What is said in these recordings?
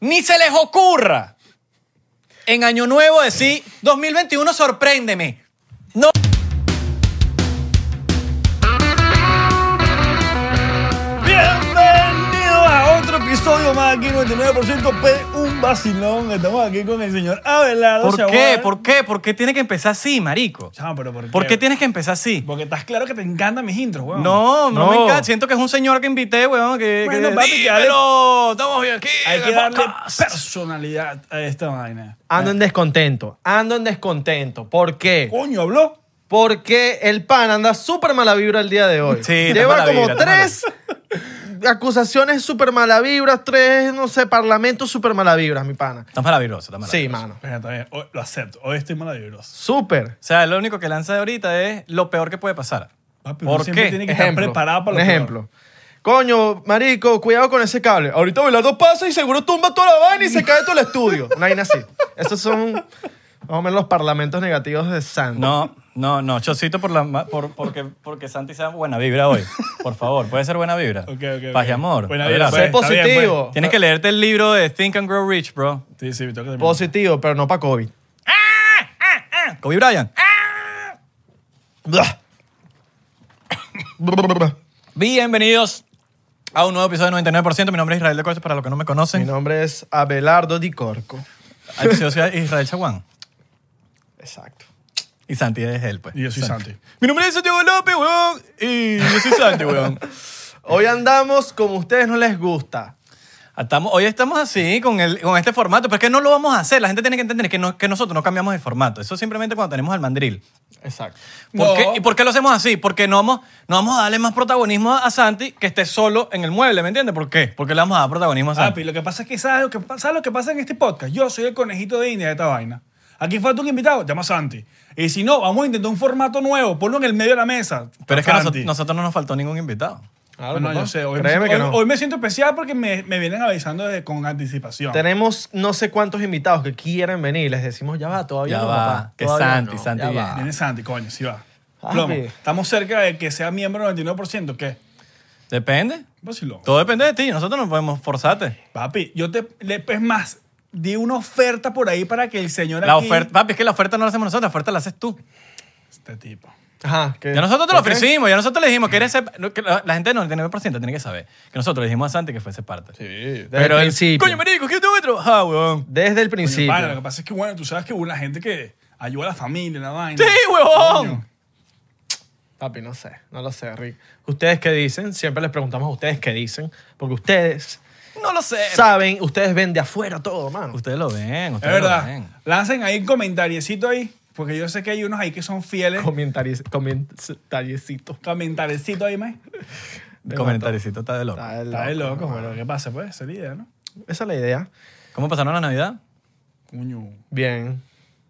Ni se les ocurra en Año Nuevo decir 2021 sorpréndeme. No. Bienvenidos a otro episodio más aquí 99% P, Pues, un vacilón. Estamos aquí con el señor Abelardo ¿Por Chaguán. qué? ¿Por qué? ¿Por qué tiene que empezar así, marico? Chamo, pero ¿por qué? ¿Por qué tienes que empezar así? Porque estás claro que te encantan mis intros, weón. No, no, No. me encanta. Siento que es un señor que invité, weón. Que, Bueno, que- papi, que dale- Dímelo, estamos bien aquí. Hay en que el darle podcast. personalidad a esta vaina. Ando en descontento, ando en descontento. ¿Por qué? Coño, habló. Porque el pan anda súper mala vibra el día de hoy. Sí, está Lleva mala como vibra, está tres acusaciones súper mala vibra, tres, no sé, parlamentos súper mala vibra, mi pana. Estás maravilloso, estás maravilloso. Sí, mano. Pero está bien, hoy lo acepto. Hoy estoy maravilloso. Súper. O sea, lo único que lanza ahorita es lo peor que puede pasar. Papi, uno ¿Por siempre qué? tiene que estar Ejemplo. preparado para lo un peor. ejemplo. Coño, marico, cuidado con ese cable. Ahorita Belardo pasa y seguro tumba toda la vaina y se cae todo el estudio. Una vaina así. Estos son más o menos los parlamentos negativos de Santos. No, no, no, chocito por la, ma- por, porque, porque Santi sea buena vibra hoy. Por favor, puede ser buena vibra. Ok, ok, ok. Paz y amor. Buena vibra, Abrazo. Sé pues, está bien, pues. positivo. Tienes que leerte el libro de Think and Grow Rich, bro. Sí, sí, me toca terminar. Positivo, pero no para COVID. Kobe Bryant. Blah. Bienvenidos a un nuevo episodio de 99%. Mi nombre es Israel de Cortes, para los que no me Mi conocen. nombre es Abelardo Di Corco. Ay, pues, Yo soy Israel Chaguán. Exacto. Y Santi es él, pues. Y yo soy Santi. Mi nombre es Santiago López, weón. Y yo soy Santi, weón. Hoy andamos como a ustedes no les gusta. Ah, Estamos- hoy estamos así con, el, con este formato, pero es que no lo vamos a hacer. La gente tiene que entender que, no- que nosotros no cambiamos el formato. Eso simplemente cuando tenemos al mandril. Exacto. ¿Por No. qué- ¿Y por qué lo hacemos así? Porque no vamos, no vamos a darle más protagonismo a Santi que esté solo en el mueble, ¿me entiendes? ¿Por qué? Porque le vamos a dar protagonismo a Santi. Papi, lo que pasa es que ¿sabes lo que, pa- ¿sabes lo que pasa en este podcast? Yo soy el conejito de India de esta vaina. Aquí falta un invitado, llama a Santi. Y si no, vamos a intentar un formato nuevo, ponlo en el medio de la mesa. pero es que a Santi. nosotros, nosotros no nos faltó ningún invitado. Claro, Bueno, papá. yo sé, hoy, Créeme me, que hoy- no. hoy me siento especial porque me, me vienen avisando desde- con anticipación. Tenemos no sé cuántos invitados que quieren venir. Les decimos, ya va, todavía Ya no, va, papá. que Todavía Santi, no, Santi ya viene. va. Viene Santi, coño, sí va. Papi. Plomo, estamos cerca de que sea miembro 99%, ¿qué? Depende. Vacilón. Todo depende de ti. Nosotros no podemos forzarte. Papi, yo te... le- Es más, di una oferta por ahí para que el señor La aquí- oferta, papi, es que la oferta no la hacemos nosotros, la oferta la haces tú. Este tipo. Ajá. que- Ya nosotros te lo ¿por qué? ofrecimos, ya nosotros le dijimos que eres ese- que la, la gente del 99% tiene que saber que nosotros le dijimos a Santi que fuese parte. Sí, desde Pero pues. el él- principio. Coño, marico, ¿qué tengo Ah, que trabajar, weón? Desde el Coño, principio. pana, lo que pasa es que, bueno, tú sabes que hubo una gente que ayuda a la familia, la vaina. Sí, huevón. Coño. Papi, no sé, no lo sé, Rick. ¿Ustedes qué dicen? Siempre les preguntamos a ustedes qué dicen, porque ustedes No lo sé. saben, ustedes ven de afuera todo, mano. ustedes lo ven, Es ustedes verdad. lo ven. Lancen ahí un comentariecito ahí, porque yo sé que hay unos ahí que son fieles. Comentariecito. Comentariecito. Comentariecito ahí, mae. Comentaricito está de loco. Está de Está de loco, loco, mano. pero ¿qué pasa? Pues esa es la idea, ¿no? Esa es la idea. ¿Cómo pasaron la Navidad? Coño. Bien,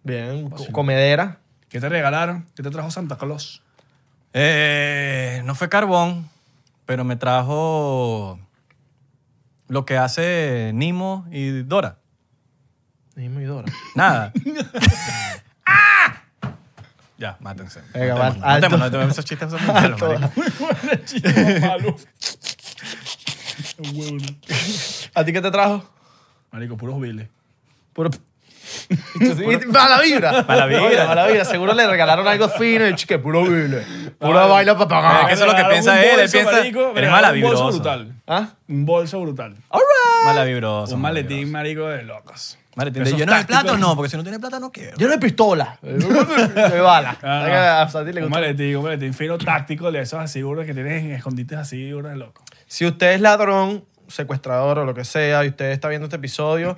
bien. co- Comedera. ¿Qué te regalaron? ¿Qué te trajo Santa Claus? Eh, no fue carbón, pero me trajo lo que hace Nimo y Dora. Nimo y Dora. Nada. ¡Ah! Ya, mátense. Venga, Matémonos, va, alto. matémonos, matémonos, Esos chistes son muy malos, marico. Chiste más malo. Huevo, ¿no? ¿A ti qué te trajo? Marico, puros viles. Puro... mala vibra. Mala vibra. Oye, Mala vibra. Seguro le regalaron algo fino y chique, puro vile. Pura Vale. baila para Es pagar. Ah, que eso es lo que Regalaron un piensa él. Él bolso, piensa. marico, Eres regalaron mala Ah, vibroso. un bolso brutal. ¿Ah? Un bolso brutal. All right. Mala vibroso. Un mala maletín, vibroso. marico, de locos. Maletín Esos de lleno de tácticos. plata, no, porque si no tiene plata no quiero. Yo no pistola. De bala. Ah, ¿Sabes que a Santi le un gusta? maletín, un maletín fino táctico de esos así, uno que tienes en escondites así, uno de loco. Si usted es ladrón, secuestrador o lo que sea, y usted está viendo este episodio,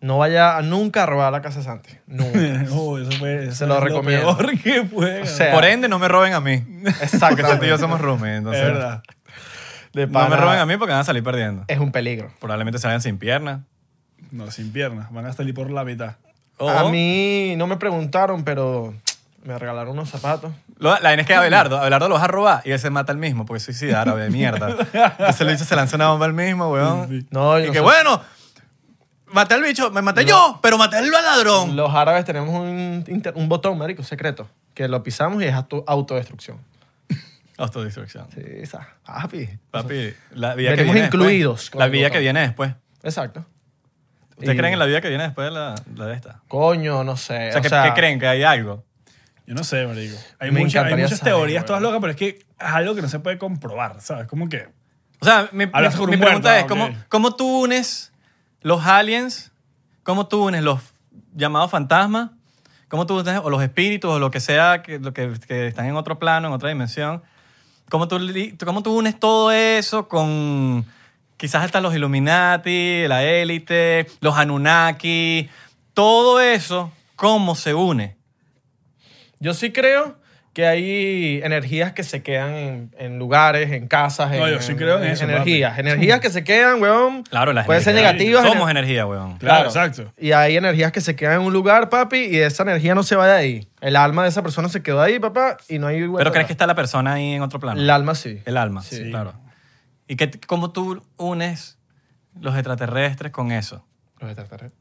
no vaya a- nunca a robar la casa de Santi. Nunca. Oh, eso fue, eso Se lo es recomiendo. peor que puede. O sea, Por ende, no me roben a mí. Porque Santi y yo Exactamente. somos roomies, entonces. es verdad. De No me pana, roben a mí porque van a salir perdiendo. Es un peligro. Probablemente salgan sin piernas. No, sin piernas. Van a salir por la mitad. O- A mí no me preguntaron, pero me regalaron unos zapatos. Lo- la vaina es que Abelardo, Abelardo lo vas a robar y él se mata al mismo porque es suicida árabe de mierda. Entonces el bicho se lanza una bomba al mismo, weón. No, y yo que sé- bueno, maté al bicho, me maté yo, pero maté al ladrón. Los árabes tenemos un, inter- un botón, marico, secreto, que lo pisamos y es auto- autodestrucción. Autodestrucción. Sí, esa. Papi. Papi, la vida que Venimos viene incluidos después. con La el vida que botón. viene después. Exacto. ¿Ustedes Y- Eh, creen en la vida que viene después de la, la de esta? Coño, no sé. O sea, ¿qué, qué creen? ¿Que hay algo? Yo no sé, marico. Hay, Me mucha- hay encantaría muchas saber, teorías weón. todas locas, pero es que es algo que no se puede comprobar, ¿sabes? Como que... O sea, mi, mi- Hablas con mi un pregunta muerto, es, ¿cómo, ok. ¿cómo tú unes los aliens? ¿Cómo tú unes los llamados fantasmas? ¿Cómo tú unes, o los espíritus, o lo que sea, que, lo que, que están en otro plano, en otra dimensión? ¿Cómo tú, li- ¿Cómo tú unes todo eso con quizás hasta los Illuminati, la élite, los Anunnaki? Todo eso, ¿cómo se une? Yo sí creo que hay energías que se quedan en, en lugares, en casas, No, en, yo sí creo en eso, energías. Energías que se quedan, weón. Claro, las Pueden ser energías. negativas. Somos ener- energía, weón. Claro, exacto. Y hay energías que se quedan en un lugar, papi, y esa energía no se va de ahí. El alma de esa persona se quedó ahí, papá, y no hay... Pero crees que está la persona ahí en otro plano. El alma sí. El alma, Sí. claro. ¿Y qué, cómo tú unes los extraterrestres con eso? O Los extraterrestres.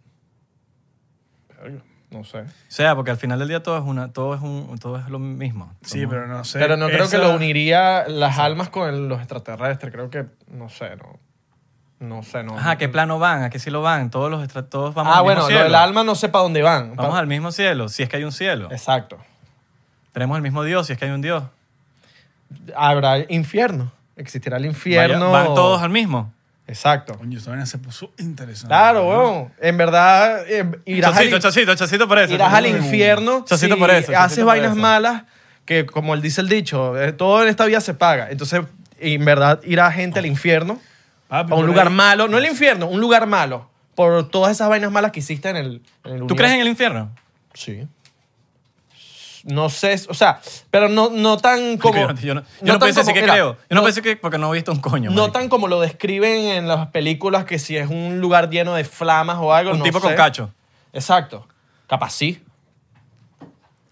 No sé. sea, porque al final del día todo es, una, todo es, un, todo es lo mismo. Sí, pero no sé. Pero no creo Esa- que lo uniría las almas con el- los extraterrestres. Creo que, no sé, no. No sé, no. Ajá, ¿a ¿qué plano van? ¿A qué cielo van? Todos los extra- todos vamos ah, al bueno, mismo lo cielo. del alma no sé para dónde van. Vamos Pa- al mismo cielo, si es que hay un cielo. Exacto. Tenemos el mismo Dios, si es que hay un Dios. Habrá infierno. Existirá el infierno. Vaya- van todos al mismo. Exacto. Coño, esta vaina se puso interesante. Claro, weón. En verdad, eh, irás, Chocito, al, chocito, chocito por eso. irás al Uy. infierno Chocito si por eso, chocito haces por vainas eso. malas que, como él dice el dicho, eh, todo en esta vida se paga. Entonces, en verdad, irá gente al infierno. Papi, a un por lugar ahí- malo, no el infierno, un lugar malo, por todas esas vainas malas que hiciste en el, en el ¿Tú crees en el infierno? Sí. No sé, o sea, pero no, no tan como... Yo no, yo no, yo no tan pienso así como- que mira, creo. Yo no, pienso que porque no he visto un coño. No marico. tan como lo describen en las películas, que si es un lugar lleno de flamas o algo. Un no tipo con sé. cacho. Exacto. Capaz sí.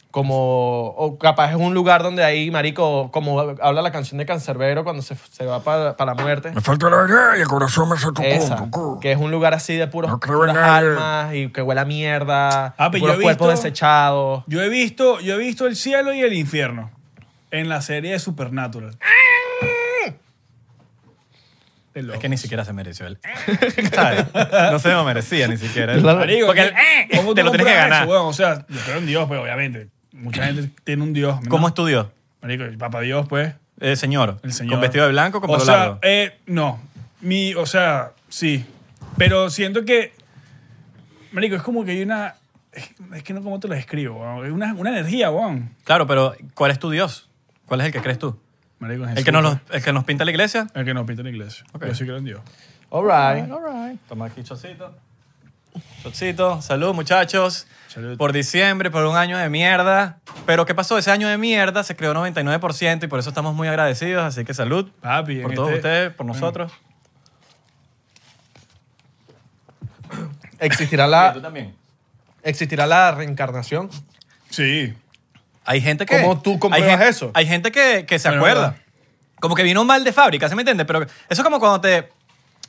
Como, o capaz es un lugar donde ahí, marico, como habla la canción de Cancerbero cuando se, se va para la muerte. Me falta la idea y el corazón me se tocó. Esa, tocó. que es un lugar así de puros, No creo puras en nadie. almas y que huele a mierda, Ah, pero yo puros he cuerpos visto- desechados. Yo he visto, yo he visto el cielo y el infierno en la serie de Supernatural. De Es loco. que ni siquiera se mereció él. ¿Sabes? No se lo merecía ni siquiera. él. Claro. Marico, Porque es el- que- ¿cómo te tú lo tienes que compras ganar. eso, weón? o sea, yo creo en Dios, pues, obviamente. Mucha gente tiene un Dios. ¿no? ¿Cómo estudió? Marico, el papá Dios, pues. Eh, señor. El señor. ¿Con vestido de blanco o con o pelo sea, largo? eh, no. Mi, o sea, sí. Pero siento que. Marico, es como que hay una. Es, es que no, ¿cómo te lo describo? weón? Es una, una energía, weón. Claro, pero ¿cuál es tu Dios? ¿Cuál es el que crees tú? Marico, ¿El Jesús, que, nos pues. los- ¿El que nos pinta la iglesia? El que no pinta en inglés. Ok. Yo sí creo en Dios. All right. Toma aquí chocito. Chocito. Salud, muchachos. Salud. Por diciembre, por un año de mierda. Pero ¿qué pasó? Ese año de mierda se creó 99% y por eso estamos muy agradecidos. Así que salud. Papi, Por en todos este- ustedes, por bueno. nosotros. Existirá Y tú la, también. existirá la reencarnación. Sí. Hay gente que. ¿Cómo tú compruebas hay gen- eso? Hay gente que, que se Bueno, acuerda. verdad. Como que vino mal de fábrica, ¿se me entiende? Pero eso es como cuando te.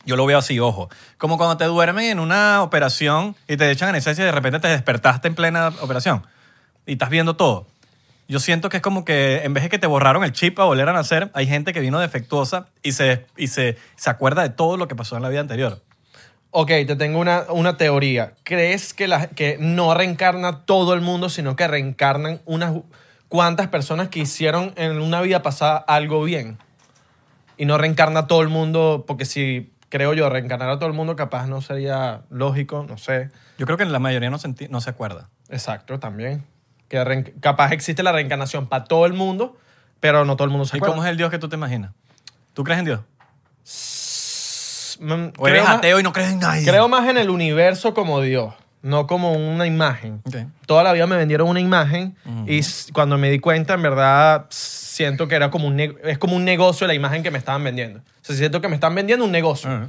Yo lo veo así, ojo. Como cuando te duermen en una operación y te echan anestesia y de repente te despertaste en plena operación y estás viendo todo. Yo siento que es como que en vez de que te borraron el chip a volver a nacer, hay gente que vino defectuosa y se, y se, se acuerda de todo lo que pasó en la vida anterior. Ok, te tengo una, una teoría. ¿Crees que, la, que no reencarna todo el mundo, sino que reencarnan unas cuantas personas que hicieron en una vida pasada algo bien? Y no reencarna todo el mundo, porque si, creo yo, reencarnar a todo el mundo capaz no sería lógico, no sé. Yo creo que la mayoría no se, enti- no se acuerda. Exacto, también. Que reen- capaz existe la reencarnación para todo el mundo, pero no todo el mundo ¿Y se acuerda. cómo es el Dios que tú te imaginas? ¿Tú crees en Dios? es? Mm, ¿O eres creo, más, ateo y no crees en nadie? creo más en el universo como Dios, no como una imagen. Ok. Toda la vida me vendieron una imagen y s- cuando me di cuenta, en verdad, siento que era como un ne- es como un negocio la imagen que me estaban vendiendo. O sea, siento que me están vendiendo un negocio. Ah.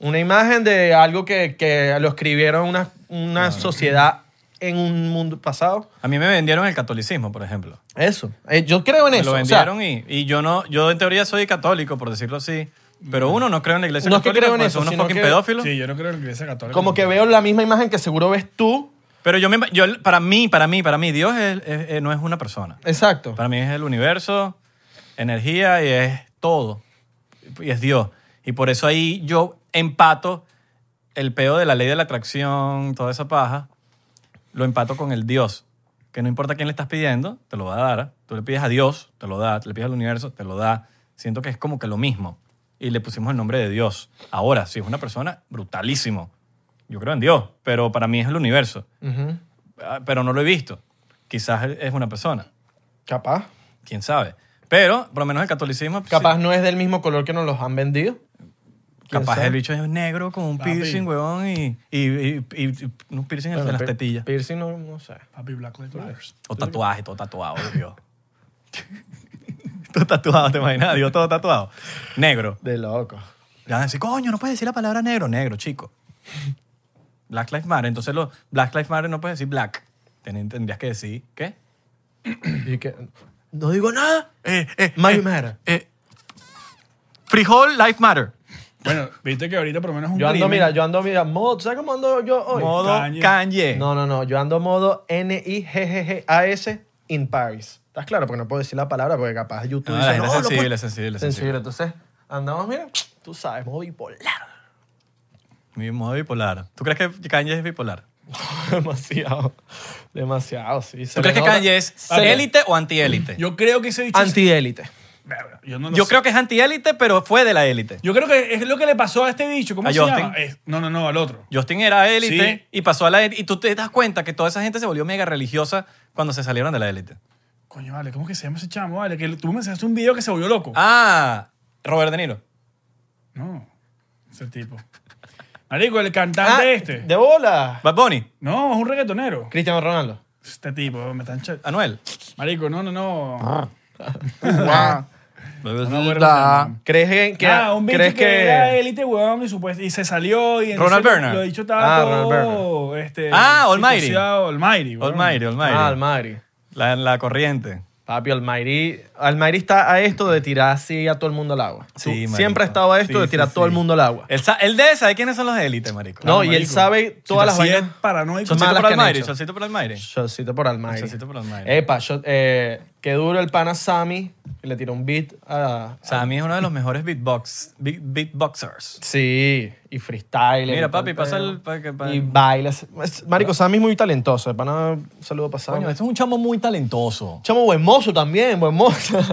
Una imagen de algo que, que lo escribieron una, una sociedad en un mundo pasado. A mí me vendieron el catolicismo, por ejemplo. Eso. Eh, yo creo en Me eso. lo o sea, vendieron y, y yo no, yo en teoría soy católico, por decirlo así. Pero uno no creo en la iglesia No es que católica, creo en por eso, uno es sino fucking que- pedófilo. Sí, yo no creo en la iglesia católica. Como que veo la misma imagen que seguro ves tú. Pero yo, me, yo- para mí, para mí, para mí, Dios es- es- es- no es una persona. Exacto. Para mí es el universo, energía y es todo. Y es Dios. Y por eso ahí yo empato el peo de la ley de la atracción, toda esa paja, lo empato con el Dios. Que no importa quién le estás pidiendo, te lo va a dar. Tú le pides a Dios, te lo da. Te le pides al universo, te lo da. Siento que es como que lo mismo. Y le pusimos el nombre de Dios. Ahora, si es una persona, brutalísimo. Yo creo en Dios, pero para mí es el universo. Ujú. Ah, Pero no lo he visto. Quizás es una persona. Capaz. Quién sabe. Pero, por lo menos el catolicismo. pues, Capaz no es del mismo color que nos los han vendido. ¿Quién Capaz sabe? el bicho es negro con un Papi. piercing, huevón, y, y, y- y- y un piercing en Bueno, las pie- tetillas. Piercing no, no sé. Papi Black Lives Matter. O tatuaje, todo tatuado, Dios. todo tatuado, ¿te imaginas? Dios, todo tatuado. Negro. De loco. Le van a decir, coño, no puedes decir la palabra negro. Negro, chico. Black Lives Matter. Entonces, los Black Lives Matter no puedes decir black. Ten- Tendrías que decir, ¿qué? Y que- no digo nada. Eh, eh, Mario Mara. eh, frijol Life Matter. Bueno, viste que ahorita por lo menos es un Yo ando, crimen. mira, yo ando, mira, modo, ¿sabes cómo ando yo hoy? Modo Kanye. Kanye. No, no, no, yo ando modo N-I-G-G-G-A-S in Paris. ¿Estás claro? Porque no puedo decir la palabra porque capaz YouTube No, la dice, gente no, es no sensible, puedo". es sensible, es Sensible, entonces andamos, mira, tú sabes, modo bipolar. Mi modo bipolar. ¿Tú crees que Kanye es bipolar? demasiado, demasiado, sí. ¿Tú crees que Kanye es élite o antiélite? Yo, Yo creo que ese bicho... Antiélite. Verga, yo no lo sé. creo que es antiélite, pero fue de la élite. Yo creo que es lo que le pasó a este bicho. ¿Cómo ¿A se Justin? llama? Es- no, no, no, al otro. Justin era élite Sí. y pasó a la élite. Y tú te das cuenta que toda esa gente se volvió mega religiosa cuando se salieron de la élite. Coño, vale, ¿cómo que se llama ese chamo? Vale, que tú me enseñaste un video que se volvió loco. Ah, Robert De Niro. No, ese tipo. Marico, el cantante este. Ah, De bola. Bad Bunny. No, es un reggaetonero. Cristiano Ronaldo. Este tipo, me están... ch- Anuel. Marico, no, no, no. No me acuerdo ese Ronald nombre. ¿Crees que, que- ah, un bicho ¿crees que, que- era élite, weón, y, supuest- y se salió. Y Ronald entonces Bernard. Lo dicho estaba Ah, Ronald todo... Este, Ah, Almighty. psicoseado, Almighty, weón. Almighty, Almighty. Ah, Almighty. La, la corriente. Papi, Almighty, Almighty está a esto de tirar así a todo el mundo al agua. Sí, Tú marico. siempre ha estado a esto Sí, de sí, tirar a sí. Eh. todo el mundo al agua. Él, sa- él debe saber quiénes son los élites, marico. no, y él marico. sabe todas las Si te- si vainas. es paranoico, son Chocito malas por que han Almighty. hecho. Chocito por Almighty. Shotcito por Almighty. Shotcito por Almighty. Epa, shot- eh, qué duro el pana Sammy. Le tiró un beat a... Sammy es uno de los mejores beatbox, beat- beatboxers. Sí, y freestyle. Mira, y papi, todo pasa pedo. el- pa- que- pa- Y bailas. Marico, Sammy es muy talentoso. El pana, un saludo pasado. Coño, este es un chamo muy talentoso. Chamo buen mozo también, buen mozo.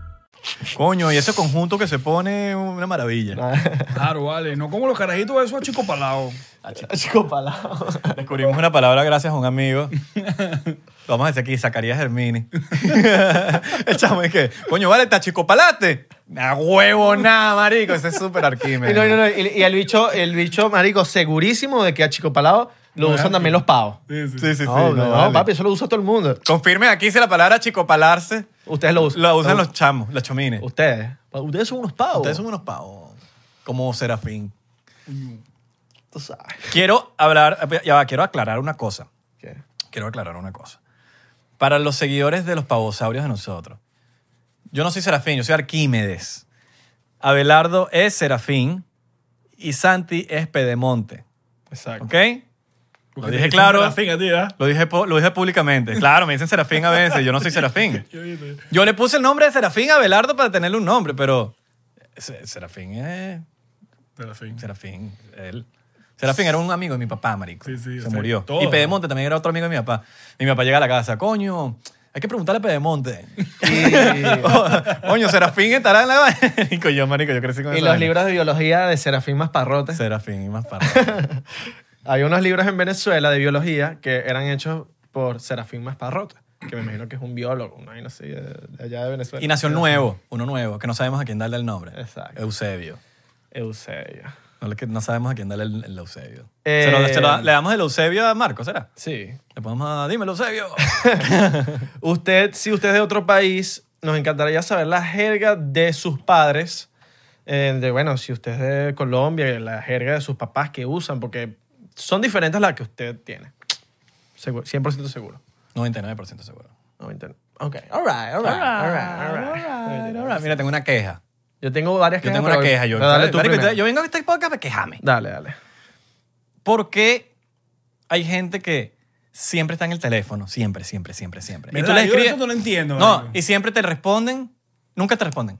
Coño, y ese conjunto que se pone una maravilla. Ah. Claro, vale. No como los carajitos esos a Chico Palao. Chico palado. Descubrimos una palabra gracias a un amigo. Lo vamos a decir aquí, Zacarías Hermini. El chamo es que, coño, vale, está chico palate. A huevo nada, marico. Ese es súper Y, arquímedes. no, y no, no, y- y el bicho, el bicho, marico, segurísimo de que a Chico Palado lo usan también los pavos. Sí, sí. Sí, sí, sí. no, no, no, vale. papi, eso lo usa todo el mundo. Confirmen aquí si la palabra chicopalarse Ustedes lo usan. la usan los chamos, los chomines. Ustedes. Ustedes son unos pavos. Ustedes son unos pavos. Como Serafín. Tú sabes. Quiero hablar, ya va, quiero aclarar una cosa. ¿Qué? Quiero aclarar una cosa. Para los seguidores de los pavosaurios de nosotros, yo no soy Serafín, yo soy Arquímedes. Abelardo es Serafín y Santi es Pedemonte. Exacto. ¿Ok? Lo dije claro, La finga, tío, ¿ah? lo dije, pu- lo dije públicamente. Claro, me dicen Serafín a veces, yo no soy Serafín. Yo dije, Yo le puse el nombre de Serafín a Abelardo para tenerle un nombre, pero Se- Serafín es... de la finga. Serafín, él. Serafín era un amigo de mi papá, marico. Sí, sí, se o sea, murió. todo. Y Pedemonte también era otro amigo de mi papá. Y mi papá llega a la casa, coño, hay que preguntarle a Pedemonte. Oh, coño, Serafín estará en la... vaina?" Marico, yo, marico, yo crecí con Y esa los vaina. libros de biología de Serafín Masparrote. Serafín y más para. Había unos libros en Venezuela de biología que eran hechos por Serafín Masparrote, que me imagino que es un biólogo, una vaina así de, de allá de Venezuela. y nació el nuevo, uno nuevo, que no sabemos a quién darle el nombre. Exacto. Eusebio. Eusebio. No, le- que no sabemos a quién darle el, el Eusebio. Eh. Se lo- se lo- le damos el Eusebio a Marco, ¿será? Sí. Le ponemos a... Dime, Eusebio. Usted, si usted es de otro país, nos encantaría saber la jerga de sus padres. eh, de, bueno, si usted es de Colombia, la jerga de sus papás que usan, porque son diferentes a las que usted tiene. Seguro, 100% seguro. 99% seguro. No, entiendo. Ok, all right, all right, all right, all right. Mira, tengo una queja. Yo tengo varias Yo quejas. tengo una pero- queja. Yo, pero dale tú Marico, primero. yo vengo a este podcast para quejarme. Dale, dale. ¿Por qué hay gente que siempre está en el teléfono? Siempre, siempre, siempre, siempre. ¿Verdad? Yo eso no lo entiendo, No, marico. y siempre te responden. Nunca te responden.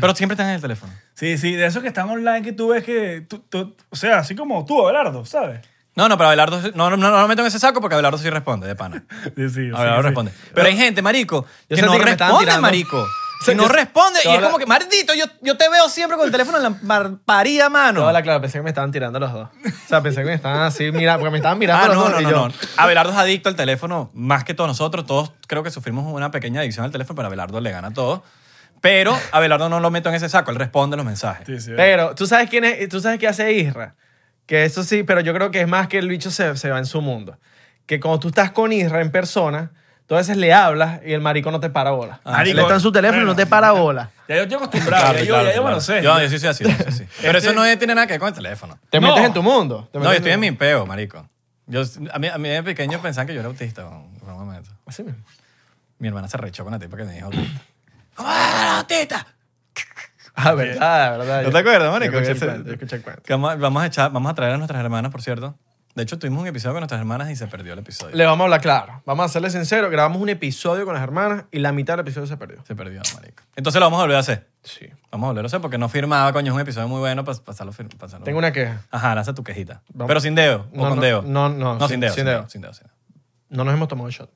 pero siempre están en el teléfono. Sí, sí, de esos que están online que tú ves que. tú- tú- o sea, así como tú, Abelardo, ¿sabes? No, no, pero Abelardo... No, no, no, no lo meto en ese saco porque Abelardo sí responde, de pana. Sí, sí. yo sé Abelardo que sí. responde. Pero, hay gente, marico, que sentí no que me estaban responde, tirando. marico. Sí, Que no yo- responde. Y toda es la- como que, maldito, yo, yo te veo siempre con el teléfono en la mar- parida mano. Toda la clave, pensé que me estaban tirando los dos. O sea, pensé que me estaban así, mira, porque me estaban mirando Ah, los no, dos. no, y no, yo, no. Abelardo es adicto al teléfono más que todos nosotros. Todos creo que sufrimos una pequeña adicción al teléfono, pero Abelardo le gana a todos. Pero Abelardo no lo meto en ese saco, él responde los mensajes. Sí, sí. Pero, ¿tú sabes quién es? eh, ¿Tú sabes qué hace Isra? Que eso sí, pero yo creo que es más que el bicho se, se va en su mundo. Que cuando tú estás con Isra en persona, tú a veces le hablas y el marico no te para bola. Marico, Él está en su teléfono y no bueno. te para bola. Ya yo estoy acostumbrado. Claro, ya yo, claro, ya yo me claro. lo sé. Yo, yo sí soy así. yo sí soy así. Pero eso no es- tiene nada que ver con el teléfono. Te No. metes en tu mundo. te No, metes yo estoy en tu- mi peo, marico. Yo, a, mí, a mí de pequeño pensaban que yo era autista. weón, por un momento. Así mismo. Mi hermana se rechó con la tipa que me dijo autista. ¿Cómo era autista? Ah, verdad, verdad. ¿No te acuerdas, marico? Yo escuché el Ese- cuento, yo escuché el cuento. que Vamos, a- vamos a echar- vamos a traer a nuestras hermanas, por cierto. De hecho, tuvimos un episodio con nuestras hermanas y se perdió el episodio. Le vamos a hablar claro. Vamos a serle sinceros. Grabamos un episodio con las hermanas y la mitad del episodio se perdió. Se perdió, marico. Entonces lo vamos a volver a hacer. Sí. Vamos a volver a hacer porque no firmaba, coño. Es un episodio muy bueno para pasarlo. fir- pasarlo. Tengo una queja. Ajá, lanza tu quejita. Vamos. Pero sin dedo o No, con no, dedo. no, no, No, sin- sin dedo. sin Sin dedo. dedo, sin dedo. sin dedo. No nos hemos tomado el shot.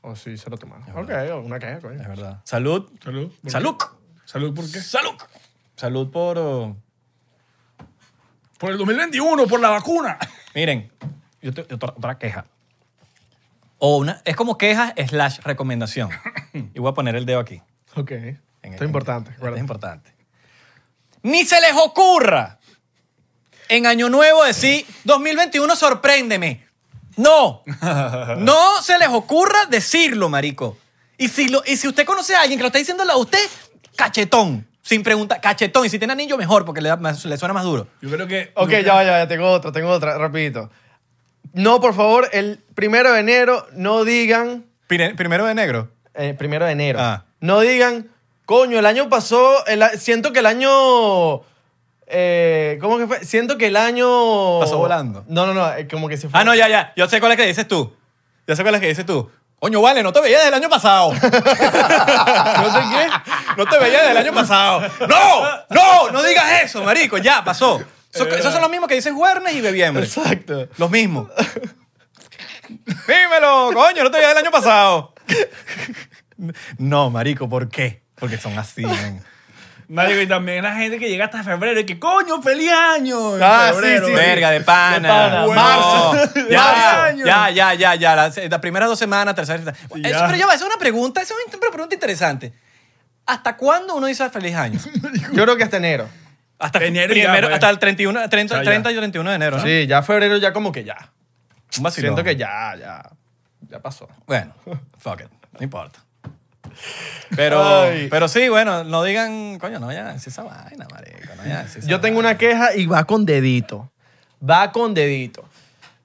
O sí, se lo tomaron. Ok, una queja, coño. Es verdad. Salud. Salud. ¿por qué? Salud. Salud, ¿por qué? Salud. Salud por... oh, Por el 2021, por la vacuna. Miren, yo te- otra, otra queja. O una... Es como queja slash recomendación. y voy a poner el dedo aquí. Ok. En- Esto en- es importante. esto guarda. es importante. Ni se les ocurra en Año Nuevo decir 2021 sorpréndeme. No. No se les ocurra decirlo, marico. Y si, lo, y si usted conoce a alguien que lo está diciendo a usted, cachetón. Sin preguntar, cachetón. Y si tiene anillo, mejor, porque le, da más- le suena más duro. Yo creo que. Ok, ya, va, ya, va, ya tengo otra, tengo otra, rapidito. No, por favor, el primero de enero no digan. Primero de negro. eh, primero de enero. Ah. No digan, coño, el año pasó. el a- siento que el año. eh, ¿Cómo que fue? Siento que el año. Pasó volando. No, no, no, eh, como que se fue. Ah, no, ya, ya. Yo sé cuál es que dices tú. Yo sé cuál es que dices tú. Coño, vale, no te veía desde el año pasado. no sé qué. No te veía desde el año pasado. ¡No! ¡No! No digas eso, marico. Ya, pasó. Esos, esos son los mismos que dicen Juernes y Bebiembre. Exacto. Los mismos. Dímelo, coño, no te veía desde el año pasado. no, marico, ¿por qué? Porque son así, man. Marico, y también la gente que llega hasta febrero y que, coño, feliz año. en Ah, sí, febrero, sí, sí. ¿vale? Verga, de pana. pana, No, marzo. Ya, Marzo. ya, ya, ya, ya. La, eh, la primera dos semanas, tercera. eh, Eso, ya. pero ya va, eso es una pregunta, eso es una pregunta interesante. ¿Hasta cuándo uno dice feliz año? Yo creo que hasta enero. Hasta, Enero ya, primero, pues. hasta el 31, 30, O sea, ya. 30 y 31 de enero, ¿no? Sí, ya febrero, ya como que ya. Un Ah. vacilón. Siento que ya, ya. Ya pasó. Bueno, fuck it. No importa. Pero, Ay. pero sí, bueno, no digan, coño, no vayan a decir esa vaina, marico. No vayan a decir esa Yo tengo vaina. una queja y va con dedito. Va con dedito.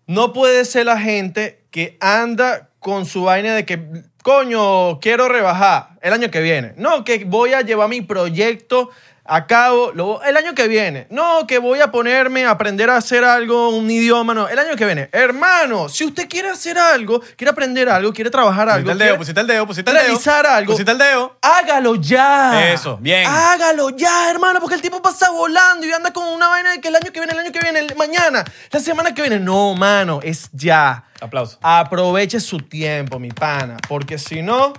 No puede ser la gente que anda con su vaina de que, coño, quiero rebajar el año que viene. No, que voy a llevar mi proyecto a cabo lo- el año que viene. No, que voy a ponerme a aprender a hacer algo, un idioma, no, el año que viene. Hermano, si usted quiere hacer algo, quiere aprender algo, quiere trabajar algo, Pusiste el dedo, quiere pusiste el dedo, pusiste el dedo. realizar algo, Pusiste el dedo. Hágalo ya. Eso, bien. Hágalo ya, hermano, porque el tiempo pasa volando y anda con una vaina de que el año que viene, el año que viene, el- mañana, la semana que viene. No, mano, es ya. Aplauso. Aproveche su tiempo, mi pana, porque si no,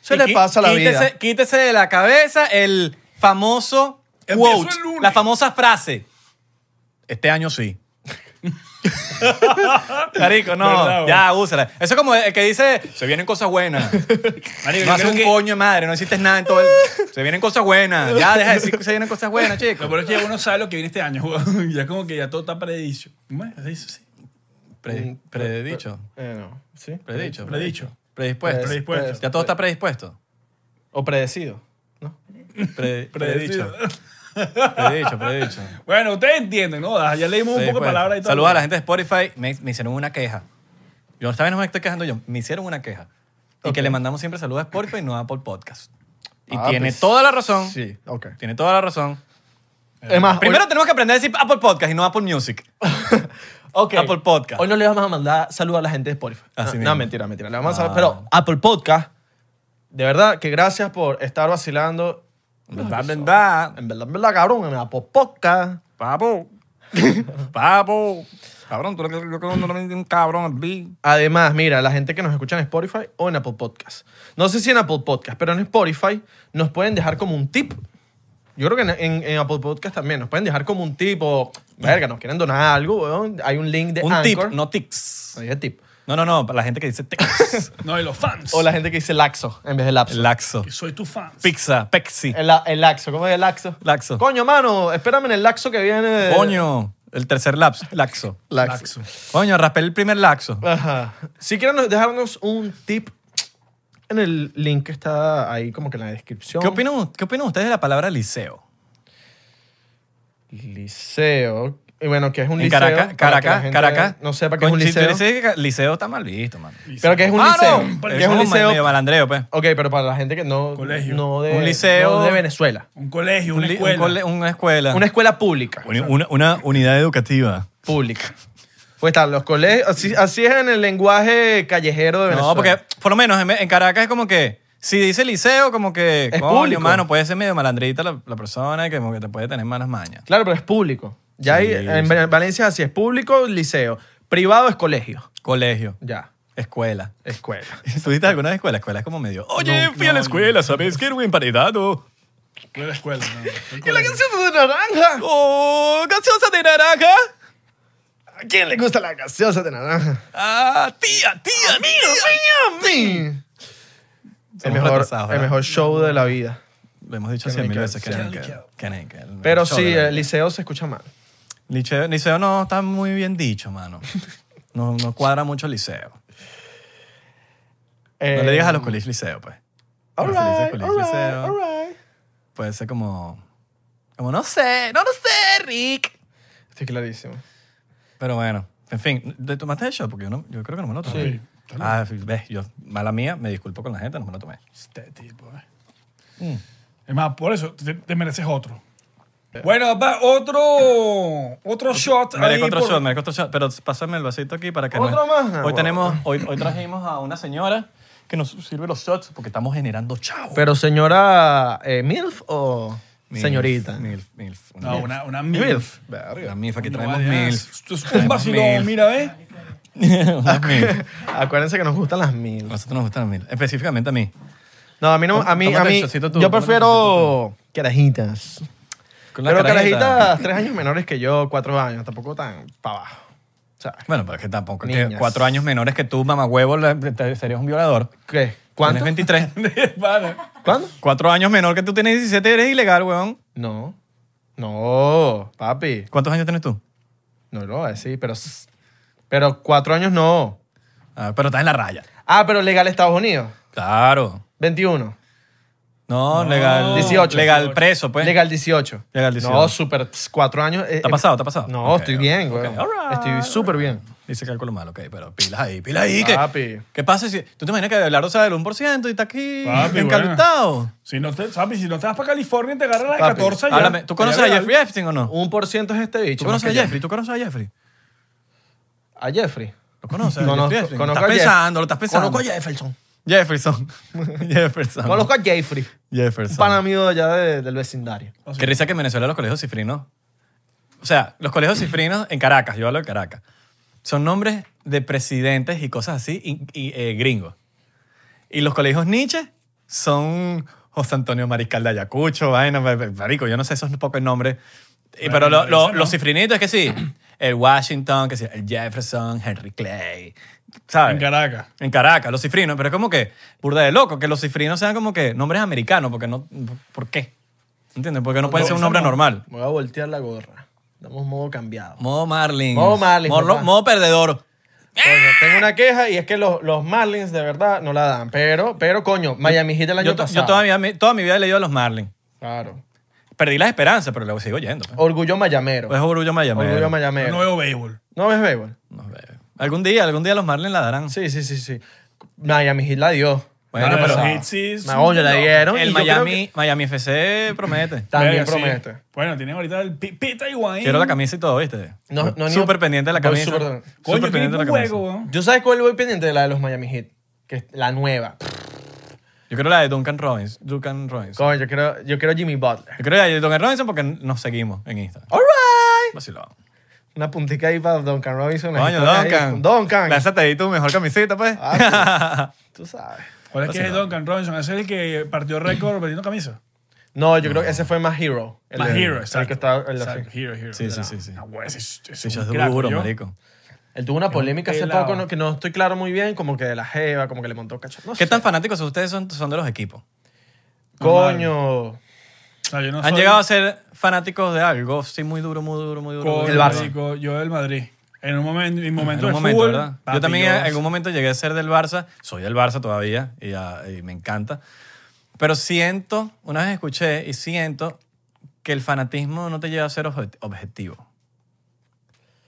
se Y le qui- pasa la quítese, vida. Quítese de la cabeza el famoso Empiezo el quote, lunes. la famosa frase. Este año sí. Carico, no, Verdad, güey. ya, úsala. Eso es como el que dice, se vienen cosas buenas. Marico, yo No haces creo un que- coño de madre, no hiciste nada en todo el... Se vienen cosas buenas. Ya, deja de decir que se vienen cosas buenas, Lo chicos. peor es que ya uno sabe lo que viene este año. weón. ya como que ya todo está predicho. ¿Cómo es? Predicho, sí. Pre- Predicho. Eh, no, ¿sí? Predicho. Predicho. Predispuesto. Predispuesto. Ya todo está predispuesto. O predecido. ¿no? Pre- Predicho. predicho. Predicho, predicho. Bueno, ustedes entienden, ¿no? Ah, Ya leímos un Sí, poco de pues. palabras y todo. Saludos a la gente de Spotify. Me, me hicieron una queja. Yo esta vez no me estoy quejando yo. Me hicieron una queja. Y que le mandamos siempre saludos a Spotify y no a Apple Podcast. Y Ah, tiene pues, toda la razón. sí, ok. Tiene toda la razón. Es más, Eh, Primero hoy- tenemos que aprender a decir Apple Podcast y no Apple Music. ok. Apple Podcast. Hoy no le vamos a mandar saludos a la gente de Spotify. Ah, Así no, mismo. no, mentira, mentira. Le vamos a Ah. pero Apple Podcast, de verdad que gracias por estar vacilando. En verdad, en verdad. En verdad, en verdad, cabrón, en Apple Podcast. Papo. Papo. Cabrón, tú lo que- yo creo que no le metí un cabrón al beat. Además, mira, la gente que nos escucha en Spotify o en Apple Podcast. No sé si en Apple Podcast, pero en Spotify nos pueden dejar como un tip. Yo creo que en, en- en Apple Podcast también nos pueden dejar como un tip o, verga, nos quieren donar algo, weón. Hay un link de Un tip, Anchor. no tics. No dije tip. No, no, no, para la gente que dice tics. No, y los fans. O la gente que dice laxo en vez de lapso. Laxo. Que soy tu fan. Pizza, pexi. El, la- el laxo, ¿cómo es el laxo? Laxo. Coño, mano, espérame en el laxo que viene. Coño, el tercer laps, laxo. Laxo. Coño, raspé el primer laxo. Ajá. Si quieren nos- dejarnos un tip en el link que está ahí como que en la descripción. ¿Qué opinan, ¿Qué opinan ustedes de la palabra liceo? Liceo. Y bueno, que es un En liceo. Caracas, para que la Caracas, gente Caracas. No sepa qué es un Coño, si tú liceo. dices que liceo está mal visto, mano. Ah, Pero que es Ah, un Claro, liceo. porque Que es un liceo. medio malandreo, pues. Ok, pero para la gente que no. Colegio. No de, Un liceo. no de Venezuela. Un colegio, Un una li- un escuela. cole- una escuela. Una escuela pública. Una- una- una unidad educativa. Pública. Pues están los colegios. Así, así es en el lenguaje callejero de Venezuela. No, porque por lo menos en, en Caracas es como que si dice liceo, como que Es coño, público. mano, puede ser medio malandrita la, la persona y que como que te puede tener malas mañas. Claro, pero es público. Ya hay, en Ven- Valencia así es público, liceo. Privado es colegio. Colegio, Ya. escuela. Escuela. ¿Tuviste alguna vez escuela? Escuela es como medio. Oye, fui a la escuela, ¿sabes? Que era un emparedado. Una escuela. no, el ¿Y la colegio. canción de naranja? Oh, gaseosa de naranja. ¿A quién le gusta la gaseosa de naranja? Ah, tía, tía, mío, El Somos mejor, retrasados, el ¿verdad? mejor show de la vida. Lo hemos dicho Qué cien mil rico. veces. que Qué no, que- rico. que no, que no. Pero Show sí, de la- el liceo se escucha mal. Liceo, liceo no está muy bien dicho, mano. No, no cuadra mucho liceo. No le digas a los colegios liceo, pues. Eh, All No se le dice right, colegio all right, liceo. all right. Puede ser como. Como no sé, no lo sé, Rick. Estoy clarísimo. Pero bueno, en fin, ¿te tomaste el shot? Porque yo, no, yo creo que no me lo tomé. Sí. Ah, ves, yo, mala mía, me disculpo con la gente, no me lo tomé. Este tipo, eh. Mm. Es más, por eso te, te mereces otro. Bueno, papá, otro, otro shot. ahí Merezco Eh. otro por- shot, merezco otro shot. Pero pásame el vasito aquí para que no. ¿Otro más? Ah, Hoy, bueno. tenemos, hoy, hoy trajimos a una señora que nos sirve los shots porque estamos generando chavo. Pero señora eh, MILF o Milf, señorita. Milf, milf. Ah, Una No, milf. una, una MILF. Una milf, aquí No traemos vayas. milf. Esto es un Traemos vacilón, milf. mira, ¿ves? Una milf. Acuérdense que nos gustan las A MILF. nosotros nos gustan las milf. Específicamente a mí. No, a mí no, a mí, a Tómate mí el shotcito tú, yo tómate el prefiero carajitas. Con la Pero carajita. carajitas tres años menores que yo, cuatro años, tampoco tan para abajo. O sea, Bueno, pero es que tampoco. es que Niñas. cuatro años menores que tú, mamagüevo, la- te- te- serías un violador. ¿qué? ¿Cuánto? Tienes 23. Vale. ¿Cuándo? cuatro años menor que tú tienes 17, eres ilegal, weón. No. No, papi. ¿Cuántos años tienes tú? No lo voy a decir, pero, pero cuatro años no. Ah, pero estás en la raya. Ah, pero legal Estados Unidos. Claro. 21. No, legal. 18. Legal preso, pues. legal 18. Legal 18. No, súper. pss, Cuatro años. eh, ¿Está eh, pasado? ¿Está pasado? No, Ok, estoy ok, bien, ok, güey. all right, all Estoy súper bien. Dice cálculo mal, ok, pero pilas ahí, pilas ahí. ¿qué- Papi. ¿Qué pasa si tú te imaginas que Abelardo sabe del 1% y está aquí Papi, encalentado? Si no te, papi, si no te vas para California, te agarras la de Papi, 14 ya. Háblame, ¿tú conoces a Ya, Jeffrey Epstein o no? Un por ciento es este bicho. ¿Tú conoces más a que yo. Jeffrey? ¿Tú conoces a Jeffrey? A Jeffrey. ¿Lo conoces? a Conozco- Jeffrey Epstein? conozco a ¿Estás Jeff- pensando? ¿Lo estás pensando? Conozco a Jefferson. Jefferson. Jefferson. Conozco a Jeffrey. Un Jefferson. pan amigo de allá de- del vecindario. Qué risa que en Venezuela los colegios cifrinos. O sea, los colegios cifrinos en Caracas, yo hablo de Caracas, son nombres de presidentes y cosas así y, y, eh, gringos. Y los colegios Nietzsche son José Antonio Mariscal de Ayacucho, vaina, ba- ba- marico, yo no sé esos pocos nombres. Y- pero lo- lo- los cifrinitos es que sí, el Washington, que sí, el Jefferson, Henry Clay, ¿sabes? En Caracas. En Caracas, los cifrinos, pero es como que burda de loco que los cifrinos sean como que nombres americanos, porque no. ¿Por qué? ¿Entiendes? Porque no pueden ser un nombre normal. Me voy a voltear la gorra. Damos modo cambiado. Modo Marlin. Modo Marlins, Modo, papá. modo perdedor. ¡Eh! Coño, tengo una queja y es que los, los Marlins de verdad no la dan. Pero, pero coño, Miami Heat el año Yo, to- pasado. yo todavía, me- toda mi vida he leído a los Marlin. Claro. Perdí las esperanzas, pero luego sigo yendo. pues. Orgullo mayamero. Es orgullo mayamero. Orgullo Yo mayamero. No veo béisbol. ¿No ves béisbol? No, baby. algún día, algún día los Marlins la darán. Sí, sí, sí, sí. Miami Heat la dio. Bueno, Claro, pero los ah, hits sí son- Me oye, la dieron. el y yo creo Miami, que Miami FC promete. También Verga, sí. promete. Bueno, tienen ahorita el Pi- Pita Higuaín. Quiero la camisa y todo, ¿viste? No, no, ni- súper pendiente de la Voy camisa. súper- Súper Coño, qué pendiente de la buen camisa. juego, weón. Yo sabes cuál voy pendiente de la de los Miami Heat, que es la nueva. Yo quiero la de Duncan Robbins. Duncan Robbins. Coño, yo quiero, yo quiero Jimmy Butler. Yo quiero la de Duncan Robinson porque nos seguimos en Instagram. Pues All right. Vacilón. Una puntica ahí para Duncan Robinson. la Coño, historia ahí. Duncan. Duncan. Ah, Lánzate ahí tu mejor camisita, pues. Tú sabes. ¿Cuál es que es Duncan Robinson? Ese es el que partió récord perdiendo camisa. No, yo creo que ese fue más Hero. El Más de- Hero, el exacto. que estaba- el de- Exacto, Hero, Hero. Sí, sí, No, sí, sí. no, güey, ese es- ese Sí, es yo un es crack, duro, yo. marico. Él tuvo una polémica hace pelado. poco ¿no? que no estoy claro muy bien, como que de la Jeva, como que le montó cacho. No ¿Qué sé. tan fanáticos ustedes son, son de los equipos? Coño. O sea, yo no ¿Han soy- llegado a ser fanáticos de algo? Sí, muy duro, muy duro, muy duro. Coño, muy El duro. Barça. marico, Yo del Madrid. En un momento, en un En momento un del momento, fútbol, ¿verdad? papi, yo también yo- en algún momento llegué a ser del Barça. Soy del Barça todavía y, ah, y me encanta. Pero siento, una vez escuché y siento que el fanatismo no te lleva a ser obje- objetivo.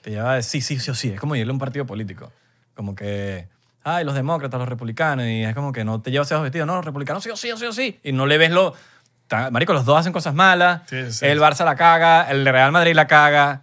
Te lleva a decir sí, sí, sí o sí. Es como irle a un partido político. Como que, ay, los demócratas, los republicanos. Y es como que no te lleva a ser objetivo. No, los republicanos sí o sí o sí o sí. Y no le ves lo... ta- Marico, los dos hacen cosas malas. Sí, sí. El Barça la caga, el Real Madrid la caga.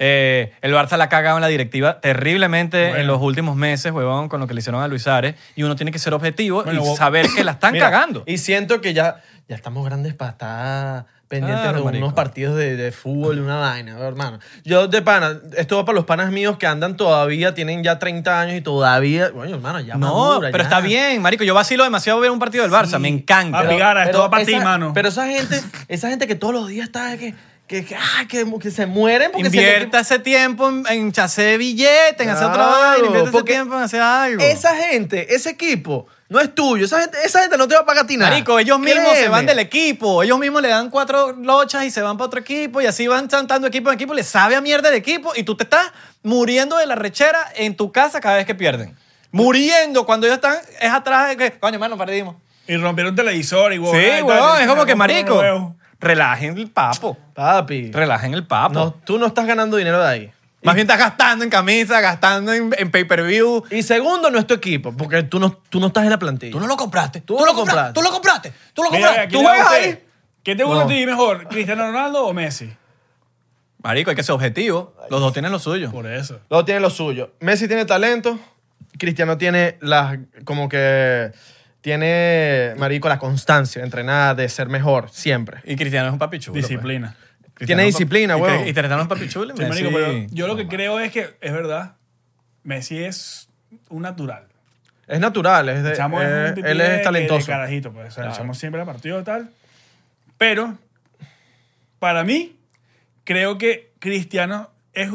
Eh, el Barça la caga en la directiva terriblemente en los últimos meses, huevón, con lo que le hicieron a Luis Ares. Y uno tiene que ser objetivo Bueno, y vos- saber que la están Mira, cagando. Y siento que ya, ya estamos grandes para estar pendientes Claro, de marico. unos partidos de, de fútbol, una vaina, hermano. Yo de pana, esto va para los panas míos que andan todavía, tienen ya 30 años y todavía, bueno, hermano, ya No, madura, pero ya. está bien, marico. Yo vacilo demasiado ver un partido del Barça. Sí. Me encanta. Papi, gana. Cara, esto va pa' ti, esa- mano. Pero esa gente, esa gente que todos los días está que, que, que, ah, que, que se mueren porque se- Invierta ese tiempo en, en hacer billetes, en hacer otra Claro, vaina. Invierta ese porque tiempo en hacer algo. Esa gente, ese equipo, no es tuyo. Esa gente, esa gente no te va a pagar a ti nada. Marico, ellos mismos se Créeme. van del equipo. Ellos mismos le dan cuatro lochas y se van para otro equipo. Y así van saltando equipo en equipo. Le sabe a mierda el equipo. Y tú te estás muriendo de la rechera en tu casa cada vez que pierden. Muriendo cuando ellos están. Es atrás de que. Coño, hermano, perdimos. Y rompieron un televisor y sí, ahí está, weón. Es le- como que, le- marico. nuevo. Relajen el papo. Papi, Relajen el papo. no, tú no estás ganando dinero de ahí. Más bien estás gastando en camisa, gastando en, en pay-per-view. Y segundo, no es tu equipo, porque tú no, tú no estás en la plantilla. Tú no lo compraste. Tú, Tú lo lo compraste. compraste. Tú lo compraste. Tú lo Mira, compraste. aquí Tú le da juegas a usted. ahí. ¿Qué te gusta No. a ti mejor, Cristiano Ronaldo o Messi? Marico, hay que ser objetivo. Los dos tienen lo suyo. Por eso. Luego tiene lo suyo. Messi tiene talento. Cristiano tiene las. como que. Tiene, marico, la constancia, entrenar, de ser mejor, siempre. Y Cristiano es un papi chulo. Disciplina. pues. Cristiano Tiene es un papi- disciplina, y huevón. Cri- Y Cristiano es un papi chulo. y Sí, Messi- marico, pero yo lo que no, creo es que, es verdad, Messi es un natural. Es natural, es de- El chamo es un eh, pipí él de- de- es de talentoso. carajito, pues. O sea, el chamo siempre la partido y tal. Pero, para mí, creo que Cristiano es,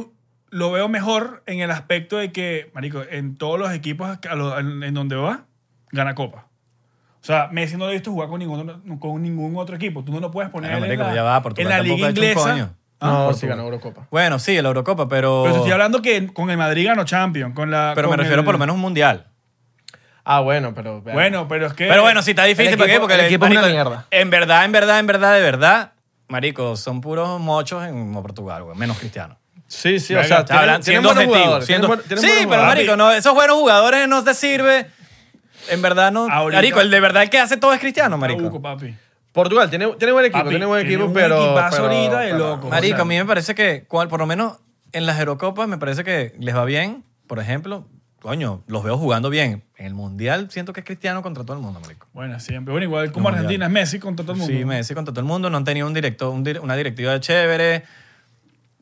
lo veo mejor en el aspecto de que, marico, en todos los equipos a lo- en, en donde va, gana copa. O sea, Messi no lo he visto jugar con ningún, con ningún otro equipo. Tú no lo puedes poner Bueno, en, marico, la, ya va, Portugal en la tampoco liga ha hecho un inglesa. Ah, coño. No, por sí favor. ganó Eurocopa. Bueno, sí, la Eurocopa, pero. Pero te Pero, estoy hablando que con el Madrid ganó Champions. Con la, me con refiero el- por lo menos a un mundial. Ah, bueno, pero. Bueno, pero es que. Pero bueno, sí está difícil. el ¿Por qué? equipo- Porque el equipo es una marico, mierda. En verdad, en verdad, en verdad, de verdad, Marico, son puros mochos en Portugal, güey. Menos Cristiano. Sí, sí, o Venga, sea, Está hablando- tienen, tienen siendo buenos objetivo, jugadores. siendo- tienen buen- tienen sí, buenos pero jugadores. marico, no, esos buenos jugadores no te sirve. En verdad no. Ahorita- marico, el de verdad el que hace todo es Cristiano, marico. Trabuco, papi. Portugal tiene, tiene buen Ah, equipo, Papi, tiene buen tiene equipo, un pero. equipazo pero- ahorita de pero- loco. Marico, O sea- a mí me parece que, cual- por lo menos en las Eurocopas, me parece que les va bien. Por ejemplo, coño, los veo jugando bien. En el Mundial siento que es Cristiano contra todo el mundo, marico. Bueno, siempre. Bueno, igual como No, ya. Argentina es Messi contra todo el mundo. Sí, Messi contra todo el mundo. No han tenido un directo, un dir- una directiva chévere.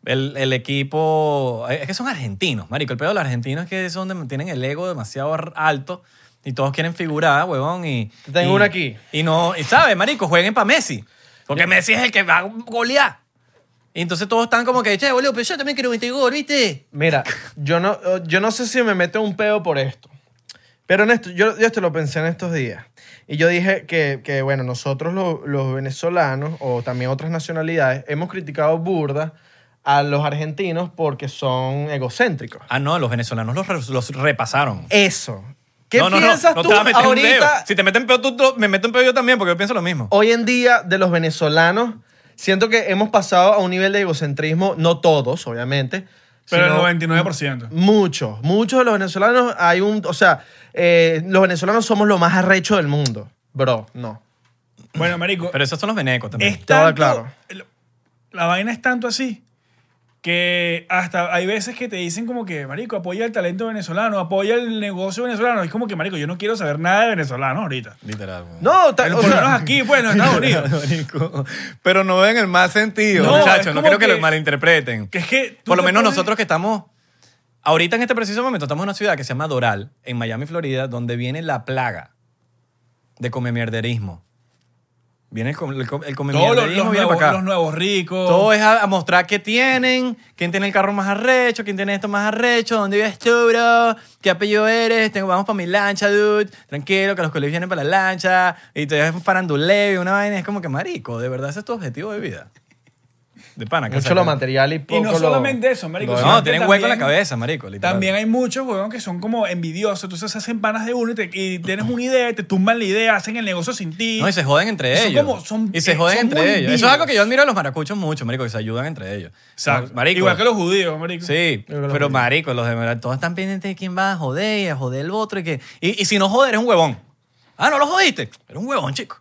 El, el equipo... eh, Es que son argentinos, marico. El pedo de los argentinos es que son de- tienen el ego demasiado ar- alto y todos quieren figurar, huevón. Y, Te tengo y- una aquí. Y no... Y ¿sabes, marico? Jueguen para Messi. Porque Messi es el que va a golear. Y entonces todos están como que, che, boludo, pero yo también quiero 20 gol, ¿viste? Mira, yo no, yo no sé si me meto un pedo por esto. Pero en esto, yo, yo te lo pensé en estos días. Y yo dije que, que, bueno, nosotros lo- los venezolanos o también otras nacionalidades hemos criticado burda a los argentinos porque son egocéntricos. Ah, no, los venezolanos los, re- los repasaron. Eso. ¿Qué no, no, no, piensas no tú te vas a meter un ahorita? dedo. Si te meten peor, tú, tú- me meten peor yo también, porque yo pienso lo mismo. hoy en día de los venezolanos, siento que hemos pasado a un nivel de egocentrismo, no todos, obviamente. Pero sino el 99%. Muchos, muchos de los venezolanos hay un, o sea, eh, los venezolanos somos lo más arrecho del mundo, bro, no. Bueno, marico, Pero esos son los venecos también. es Todo tanto- claro. el- La vaina es tanto así que hasta hay veces que te dicen como que, marico, apoya el talento venezolano, apoya el negocio venezolano. Es como que, marico, yo no quiero saber nada de venezolano ahorita. Literal. güey. No, ta- Pero o por lo sea, menos aquí, bueno, en Estados Unidos. Marico, Pero no en el más sentido, No, es muchachos. No como quiero que, que- lo malinterpreten. Que es que tú Por lo te menos pones- nosotros que estamos. Ahorita en este preciso momento estamos en una ciudad que se llama Doral, en Miami, Florida, donde viene la plaga de comemierderismo. Viene el, com- el, com- el Todos los, comemierderismo, los viene nuevos, para acá. los nuevos ricos. Todo es a, a mostrar qué tienen, quién tiene el carro más arrecho, quién tiene esto más arrecho, dónde vives tú, bro, qué apellido eres, Tengo- vamos para mi lancha, dude, tranquilo, que los colegios vienen para la lancha, y te ves faranduleo y una vaina, es como que marico, de verdad ese es tu objetivo de vida. De pana, que mucho saca- lo material y poco y no lo- solamente eso, marico. No, sino que tienen hueco en la también- cabeza, marico, literal. También hay muchos, weón, que son como envidiosos. Entonces se hacen panas de uno y, te- y tienes una idea, te tumban la idea, hacen el negocio sin ti. No, y se joden entre Y son ellos. como- son- y se eh, joden son muy entre ellos. Eso es vivos. algo que yo admiro a los maracuchos mucho, marico, que se ayudan entre ellos. Exacto. No, marico, Igual que los judíos, marico. Sí, Yo creo que pero lo- marico, los demás, todos están pendientes de quién va a joder y a joder el otro. Y, que, y, y si no joder, eres un huevón. Ah, no lo jodiste. Eres un huevón, chico.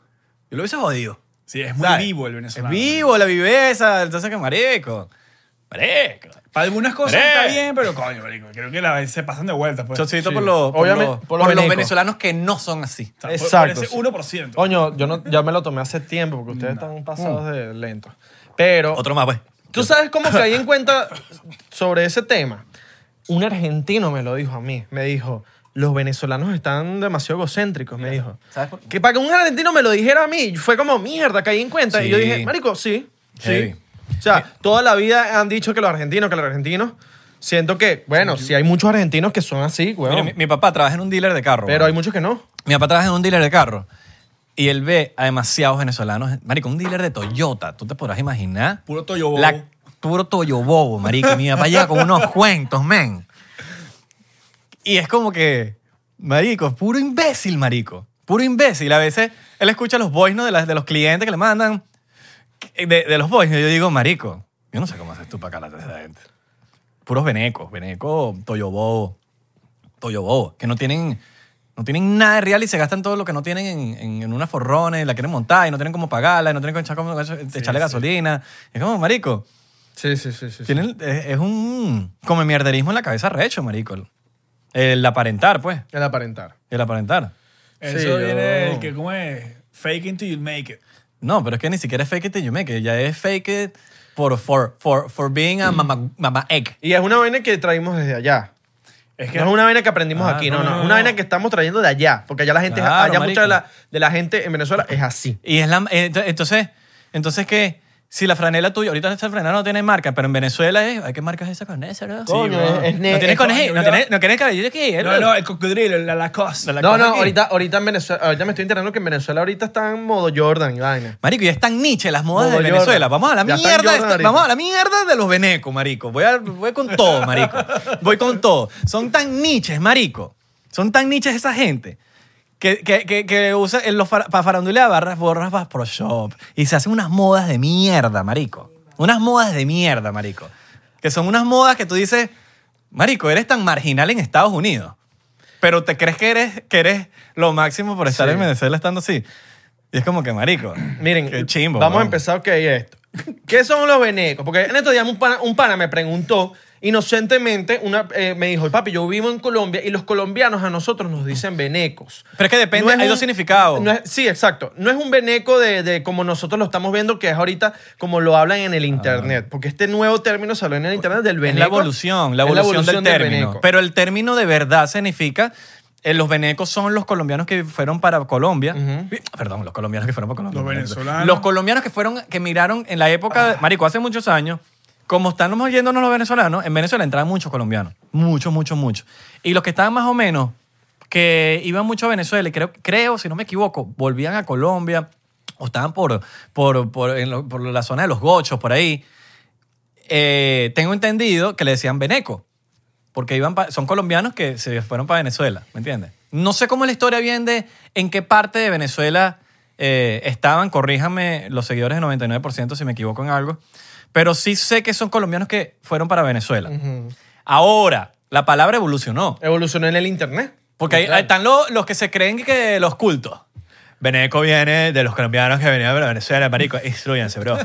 Yo lo hubiese jodido. Sí, es muy ¿Sabes? vivo el venezolano. Es vivo, la viveza. Entonces, que marico. Marico. Para algunas cosas ¡Eh! está bien, pero coño, marico, creo que la, se pasan de vuelta. Pues. Chocito Sí. por, los, por, Obviamente, los, por los por los venecos. venezolanos que no son así. O sea, por- Exacto. Por ese 1%. Coño, yo no, ya me lo tomé hace tiempo porque ustedes están pasados de lentos. Pero Otro más, pues. tú sabes cómo caí en cuenta sobre ese tema. Un argentino me lo dijo a mí. Me dijo, los venezolanos están demasiado egocéntricos, me dijo. ¿Sabes por qué? Que para que un argentino me lo dijera a mí, fue como mierda, caí en cuenta. Y yo Sí. dije, marico, sí, sí. Heavy. Eh. O sea, toda la vida han dicho que los argentinos, que los argentinos. Siento que, bueno, sí hay muchos argentinos que son así, Mira, weón. mi, mi papá trabaja en un dealer de carro. pero hay muchos que no. Mi papá trabaja en un dealer de carro y él ve a demasiados venezolanos. Marico, un dealer de Toyota, tú te podrás imaginar. Puro Toyo Bobo. La, puro Toyo Bobo, marico. Y mi papá llega con unos cuentos, men. Y es como que, marico, puro imbécil, marico. Puro imbécil. A veces él escucha los voice notes de, las- de los clientes que le mandan, de, de los voice notes. Yo digo, marico, yo no sé cómo haces tú para calarte a esa gente. Puros venecos, veneco, Toyo Bobo. Toyo Bobo, que no tienen, no tienen nada de real y se gastan todo lo que no tienen en, en, en unas forrones, la quieren montar y no tienen cómo pagarla, y no tienen cómo echar- cómo echarle gasolina. Es como, marico, Sí, sí, sí, sí. tienen, es, es un como mierderismo en la cabeza recho, marico. El, el aparentar, pues, El aparentar. el aparentar. Eso Sí, yo- viene el que, ¿cómo es? Fake until you make it. No, pero es que ni siquiera es fake it till you make it, ya es fake it por, for, for, for being a mama, mama egg. Y es una vaina que traímos desde allá. Es que no es una vaina que aprendimos Ah, aquí, no, no, no. no, Es no. una vaina que estamos trayendo de allá. Porque allá la gente, es- Claro, allá mucha de la, marico. de la gente en Venezuela es así. Y es la. eh, ent- Entonces, entonces que si la franela tuya, ahorita esa franela no tiene marca, pero en Venezuela es. ay, ¿Qué marca es esa con esa, bro? Coño, bro. es- es ne- No es tienes conejito, no coño, tienes, no tienes cabello aquí, eh, no, bro. no, el cocodrilo, la Lacoste. La- No, cosa no, aquí- ahorita, ahorita en Venezuela, ahorita me estoy enterando que en Venezuela ahorita están modo Jordan y vaina. Marico, ya están niche las modas Modo de Venezuela. Jordan. Vamos a la Ya están mierda. de Jordan esta- ahorita. vamos a la mierda de los venecos, marico. Voy, a- voy con todo, marico. Voy con todo. Son tan niches, marico. Son tan niches esa gente. Que, que, que, que usa en los para farandulear barras borras vas pro shop. Y se hacen unas modas de mierda, marico. Unas modas de mierda, marico. Que son unas modas que tú dices, marico, eres tan marginal en Estados Unidos. Pero te crees que eres, que eres lo máximo por estar Sí. en Venezuela estando así. Y es como que, marico. Miren, Qué chimbo, vamos a weón. empezar, ok, esto. ¿Qué son los venecos? Porque en estos días un pana, un pana me preguntó, inocentemente, una, eh, me dijo, papi, yo vivo en Colombia y los colombianos a nosotros nos dicen venecos. Pero es que depende, No es hay un- dos significados. no es- sí, exacto. No es un veneco de, de como nosotros lo estamos viendo, que es ahorita como lo hablan en el internet. Porque este nuevo término se habló en el internet Ah. del Es veneco. la evolución, la Es evolución, del término. veneco. Pero el término de verdad significa. eh, los venecos son los colombianos que fueron para Colombia. Eh, Perdón, los colombianos que fueron para Colombia. Los venezolanos. Los colombianos que fueron, que migraron en la época, Ah. de- marico, hace muchos años, como estábamos yéndonos los venezolanos, en Venezuela entraban muchos colombianos. Muchos, muchos, muchos. Y los que estaban más o menos, que iban mucho a Venezuela, y creo, creo si no me equivoco, volvían a Colombia o estaban por, por, por, en lo- por la zona de los gochos, por ahí. eh, tengo entendido que le decían veneco, porque iban pa- son colombianos que se fueron para Venezuela, ¿me entiendes? No sé cómo es la historia bien de en qué parte de Venezuela eh, estaban. Corríjame los seguidores del 99% si me equivoco en algo. Pero sí sé que son colombianos que fueron para Venezuela. Ahora, la palabra evolucionó. Evolucionó en el internet. Porque ahí- ahí están lo- los que se creen que los cultos. Veneco viene de los colombianos que venían de Venezuela, marico. Instruyanse, bro.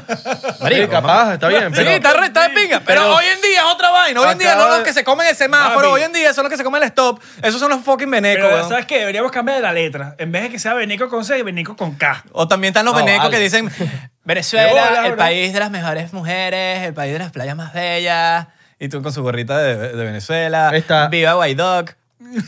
Marico, Sí, capaz, está bien, Sí, pero- está, re- está de pinga. Pero, pero- hoy en día es otra vaina. Hoy en día no Acaba los de- que se comen el semáforo. Papi. Hoy en día son los que se comen el stop. Esos son los fucking venecos, Pero, weón. ¿sabes qué? Deberíamos cambiar la letra. En vez de que sea Benico con C, Benico con K. O también están los No, venecos vale. que dicen De bola, Venezuela, el bro. país de las mejores mujeres, el país de las playas más bellas. Y tú con su gorrita de, de Venezuela. Está. Viva Guaidoc.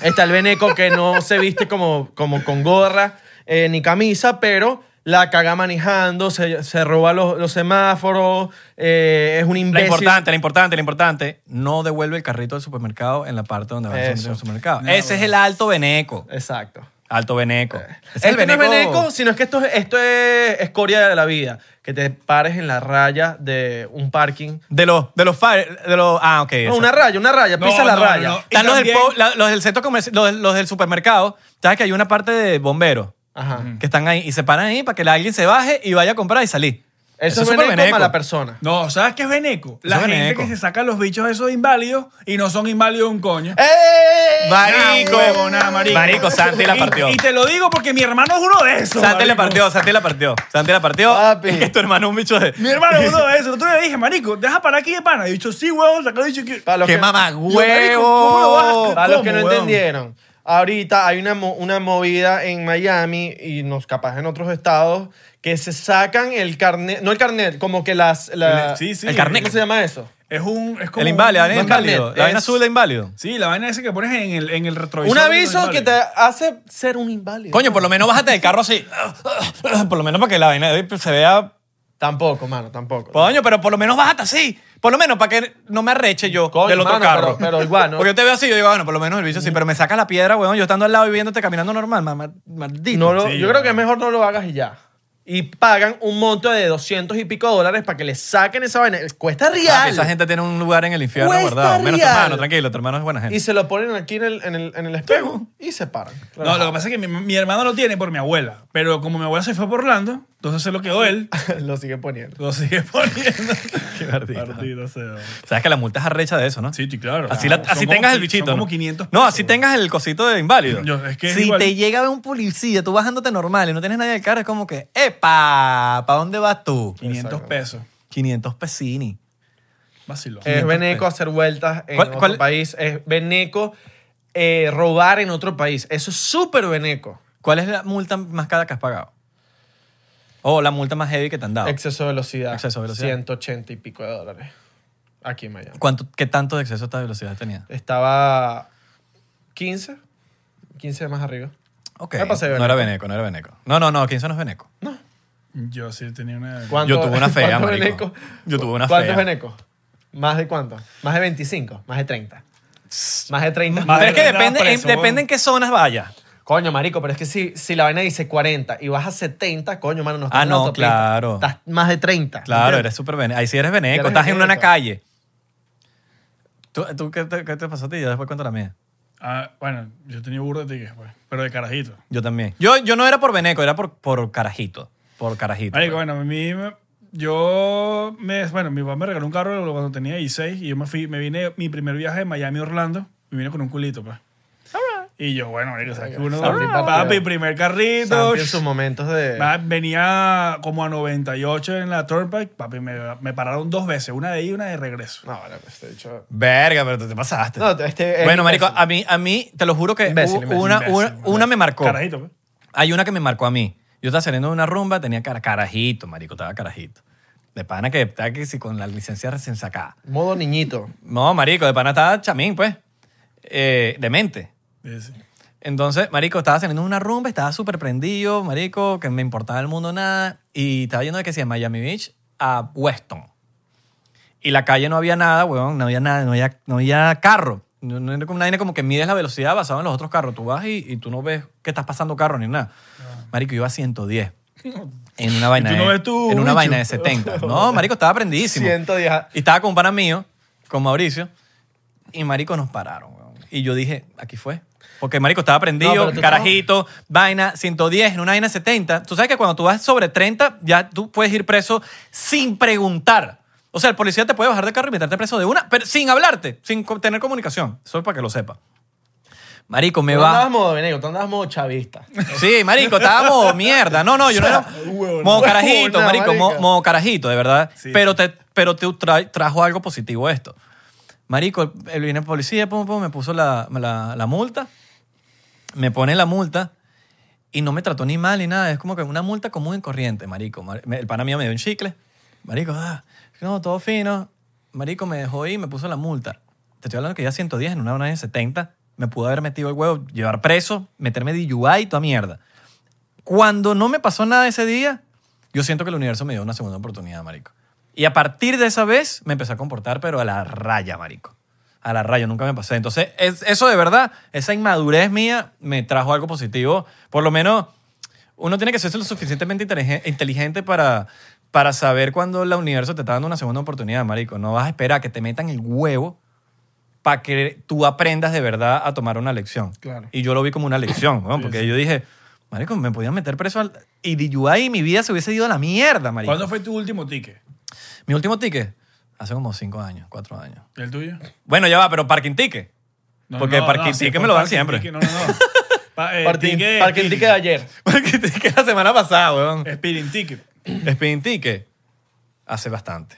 Está el veneco que no se viste como, como con gorra eh, ni camisa, pero la caga manejando, se, se roba los, los semáforos, eh, es un La imbécil. importante, la importante, la importante. No devuelve el carrito del supermercado en la parte donde va el Eso. supermercado. Ese es el alto veneco. Exacto. Alto veneco. Es el veneco... Eh. no es veneco, sino es que esto, es- esto es escoria de la vida. Que te pares en la raya de un parking. De los, de los, fire- de los, ah, ok. No, exacto. una raya, una raya, No, pisa la no, raya. no. Están Y los del, también- po- la- los del centro comercial, los, los del supermercado. Sabes que hay una parte de bomberos Ajá. que están ahí y se paran ahí para que la- alguien se baje y vaya a comprar y salir. Eso, es es súper veneco, mala persona. No, ¿sabes qué es Beneco? La Eso es gente veneco. que se saca los bichos esos inválidos y no son inválidos un coño. ¡Ey! Marico, Nah, huevo, nah, marico. Eh, Marico, Santi la Y- partió. Y, te lo digo porque mi hermano es uno de esos. Santi la marico. partió, Santi la partió. Santi la partió. Papi. Es que tu hermano es un bicho de. Mi hermano es uno de esos. Tú le dije, marico, deja para aquí de pana. Y dicho, sí, huevo, saca bicho que. Para los ¡Qué que- mamagüevo! ¿cómo lo vas a- Para los que no ¿Cómo, weón? entendieron, ahorita hay una, mo- una movida en Miami y nos capaz en otros estados que se sacan el carnet, no el carnet, como que las... la- Sí, sí. El carnet. ¿Cómo se llama eso? Es un. Es como El inválido, un- el No es inválido. carnet, La vaina es- azul de inválido. Sí, la vaina esa que pones en el, en el retrovisor. Un de los aviso que inválidos. te hace ser un inválido. Coño, por lo menos bájate del carro así. Por lo menos para que la vaina de hoy pues, se vea. Tampoco, mano, tampoco. Coño, pero por lo menos bájate así. Por lo menos para que no me arreche yo Coño, del otro mano, carro. pero- pero igual, ¿no? Porque yo te veo así, yo digo, bueno, por lo menos el bicho sí, pero me saca la piedra, weón. Yo estando al lado y viéndote caminando normal, mamá, maldito. No lo- Sí, yo mano. creo que es mejor no lo hagas y ya. Y pagan un monto de 200 y pico dólares para que le saquen esa vaina. Cuesta Papi, real. Ah, esa gente tiene un lugar en el infierno Cuesta guardado. Menos tu real. hermano, tranquilo, tu hermano es buena gente. Y se lo ponen aquí en el, en el, en el espejo y se paran. No, lo que pasa es que mi, mi hermano lo tiene por mi abuela. Pero como mi abuela se fue por Orlando, entonces se lo quedó él. lo sigue poniendo. Lo sigue poniendo. Qué ardida. Partido, o sea. Sabes que la multa es arrecha de eso, ¿no? Sí, sí, claro. Así, la- Son así como tengas el qui- bichito. Son como ¿no? 500 No, pesos, así güey. tengas el cosito de inválido. Yo- es que es si igual. te llega a ver un policía, tú bajándote normal y no tienes nadie del carro, es como que, ¡epa! ¿Para dónde vas tú? 500 pesos. 500 pesini. Vacilón. Eh, Es veneco hacer vueltas pues. en ¿Cuál- otro cuál- país. Es veneco eh, robar en otro país. Eso es súper veneco. ¿Cuál es la multa más cara que has pagado? O la multa más heavy que te han dado. Exceso de velocidad. Ah, Exceso de velocidad. 180 y pico de dólares. Aquí en Miami. ¿Cuánto, ¿Qué tanto de exceso esta velocidad tenía? Estaba 15. 15 más arriba. Ok. Me pasé de No era veneco, no era veneco. No, no, no, 15 no es veneco. Yo sí tenía una. ¿Cuánto- Yo tuve una fea, cuánto marico. veneco? Yo tuve una ¿Cuánto fea. es veneco? ¿Más de cuánto? ¿Más de 25? ¿Más de 30? ¿Más de 30? Más Pero de- es que Estaba depende, preso, en, depende en qué zonas vaya. Coño, marico, pero es que si, si la vaina dice 40 y vas a 70, coño, mano, no estás Ah, en la no, autopista. claro. Estás más de 30. Claro, ¿entiendes? eres súper veneco. Ahí sí eres veneco. eres Estás en una veneco. calle. ¿Tú, tú qué, te, qué te pasó a ti? Yo después cuento la mía. Ah, bueno, yo tenía burro de tickets, pues. Pero de carajito. Yo también. Yo, yo no era por veneco, era por, por carajito. Por carajito. Marico, bueno, a mí me- yo me, bueno, mi papá me regaló un carro cuando tenía 16 y yo me fui, me vine mi primer viaje de Miami a Orlando, me vine con un culito, pues. Y yo, bueno, marico, sabes que uno Santi papi, partió. primer carrito. Santi en sus momentos de... va, Venía como a 98 en la Turnpike, papi, me, me pararon dos veces, una de ida y una de regreso. No, vale, pues te he dicho... Verga, pero tú te pasaste. No, este es bueno, marico, imbécil. a mí, a mí, te lo juro que Imbécil, hubo imbécil, una, imbécil, una, imbécil. una me marcó. Carajito, pues. Hay una que me marcó a mí. Yo estaba saliendo de una rumba, tenía cara, carajito, marico, estaba carajito. De pana que estaba que si con la licencia recién sacada. Modo niñito. No, marico, de pana estaba chamín, pues. Eh, demente. Sí, sí. Entonces, marico, estaba saliendo de una rumba, estaba súper prendido, marico, que me importaba el mundo nada. Y estaba yendo de que sea Miami Beach a Weston. Y la calle no había nada, weón, no había nada, no había, no había carro. No, no era como una vaina como que mides la velocidad basada en los otros carros. Tú vas y, y tú no ves que estás pasando carro ni nada. Marico, yo iba a 110. En una vaina, Ah. tú no de, ves tu en una bicho? vaina de 70. No, marico, estaba prendidísimo. 110. Y estaba con un pana mío, con Mauricio, y marico nos pararon, weón. Y yo dije, aquí fue. Porque, marico, estaba No, prendido, pero tú carajito, vaina 110, en una vaina 70. Tú sabes que cuando tú vas sobre 30, ya tú puedes ir preso sin preguntar. O sea, el policía te puede bajar de carro y meterte preso de una, pero sin hablarte, sin co- tener comunicación. Eso es para que lo sepa. Marico, me Tú andabas va. modo Veneco, tú andabas modo chavista. Sí, marico, estábamos mierda. No, no, yo no era. huevona. Modo carajito, Huevona, marico, mo- marica. modo carajito, de verdad. Sí. Pero te, pero te tra- trajo algo positivo esto. Marico, el- el- viene el policía, pum, pum, me puso la, la- la multa. Me pone la multa y no me trató ni mal ni nada. Es como que una multa común y corriente, marico. Mar- me- El pana mío me dio un chicle. Marico, ah, no, todo fino. Marico me dejó ir, me puso la multa. Te estoy hablando que ya 110 en una hora de 70 me pudo haber metido el huevo, llevar preso, meterme DUI y toda mierda. Cuando no me pasó nada ese día, yo siento que el universo me dio una segunda oportunidad, marico. Y a partir de esa vez me empecé a comportar, pero a la raya, marico. A la raya, nunca me pasé. Entonces, es- eso de verdad, esa inmadurez mía me trajo algo positivo. Por lo menos, uno tiene que ser lo suficientemente inteligen- inteligente para, para saber cuando el universo te está dando una segunda oportunidad, marico. No vas a esperar a que te metan el huevo para que tú aprendas de verdad a tomar una lección. Claro. Y yo lo vi como una lección, weón, porque yo dije, marico, me podían meter preso al... Y de ahí mi vida se hubiese ido a la mierda, marico. ¿Cuándo fue tu último ticket? Mi último ticket, hace como cinco años, cuatro años. ¿El tuyo? Bueno, ya va, pero parking ticket. Porque parking sí, ticket fue me lo dan parking siempre. ticket, No, no, no. Pa- eh, Parking ticket de parking ticket de speeding. ayer. Parking ticket la semana pasada, weón. Speeding ticket. Speeding ticket hace bastante.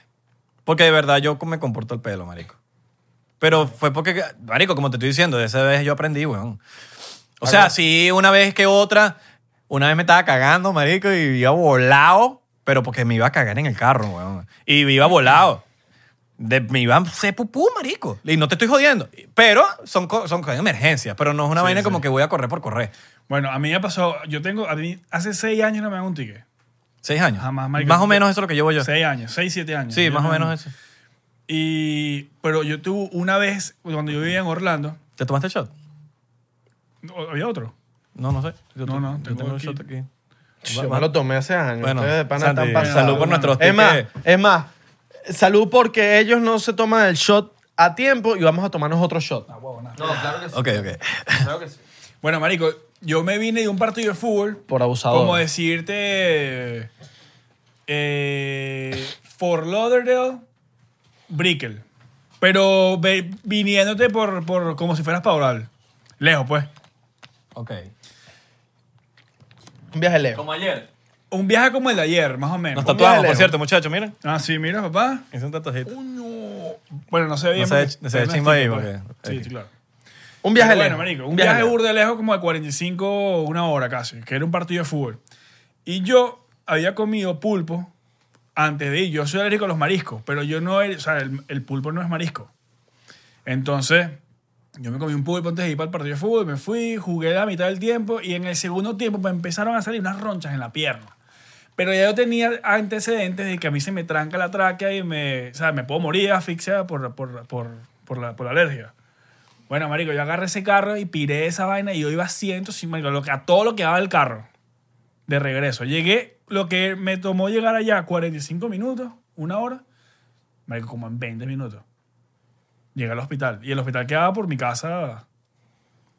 Porque de verdad yo me comporto el pelo, marico. Pero fue porque, marico, como te estoy diciendo, de esa vez yo aprendí, weón. O sea, sí, una vez que otra, una vez me estaba cagando, marico, y iba volado, pero porque me iba a cagar en el carro, weón. Y iba volado. De, me iba a hacer pupú, marico. Y no te estoy jodiendo. Pero son, co- son co- emergencias, pero no es una vaina como que voy a correr por correr. Bueno, a mí ya pasó. Yo tengo. A mí, hace seis años no me dan un ticket. Seis años. Jamás, marico. Más o menos eso es lo que llevo Pues yo. Seis años, seis, siete años. Sí, Yo más o no- menos eso. Y, pero yo tuve una vez, cuando yo vivía en Orlando, ¿Te tomaste el shot? ¿o- ¿había otro? No, no sé. Yo No, tu- no, yo tengo tengo un aquí. shot aquí. Yo me lo tomé hace años. Bueno, Ustedes de pana Santi, están pasados. salud por nuestros Es más, tickets. es más, salud porque ellos no se toman el shot a tiempo y vamos a tomarnos otro Ah, shot. No, claro que sí. Ok, ok. Claro que sí. Bueno, marico, yo me vine de un partido de fútbol. Por abusador. Como decirte. Eh, Fort Lauderdale, Brickell. Pero ve- viniéndote por, por como si fueras Paural. Lejos, pues. Ok. Un viaje lejos. ayer. Un viaje como el de ayer, más o menos. Nos tatuamos, Leo. por cierto, muchachos, miren. Ah, sí, mira, papá. Hice un tatuajito. Bueno, no se ve bien. se ve porque- ch- no se ve pero chimbo ahí, estica, pues. porque- Sí, ok. sí, claro. Un viaje Pero lejos. Bueno, marico, un viaje, lejos. burda de lejos como de 45, una hora casi, que era un partido de fútbol. Y yo había comido pulpo antes de ir. Yo soy alérgico a los mariscos, pero yo no, era- o sea, el, el pulpo no es marisco. Entonces, yo me comí un pulpo antes de ir para el partido de fútbol, me fui, jugué la mitad del tiempo y en el segundo tiempo me empezaron a salir unas ronchas en la pierna. Pero ya yo tenía antecedentes de que a mí se me tranca la tráquea y me, o sea, me puedo morir asfixiada por, por, por, por la, por la alergia. Bueno, marico, yo agarré ese carro y piré esa vaina y yo iba a 105, marico, lo que, a todo lo que daba el carro de regreso. Llegué, lo que me tomó llegar allá, 45 minutos, una hora, marico, como en 20 minutos. Llegué al hospital y el hospital quedaba por mi casa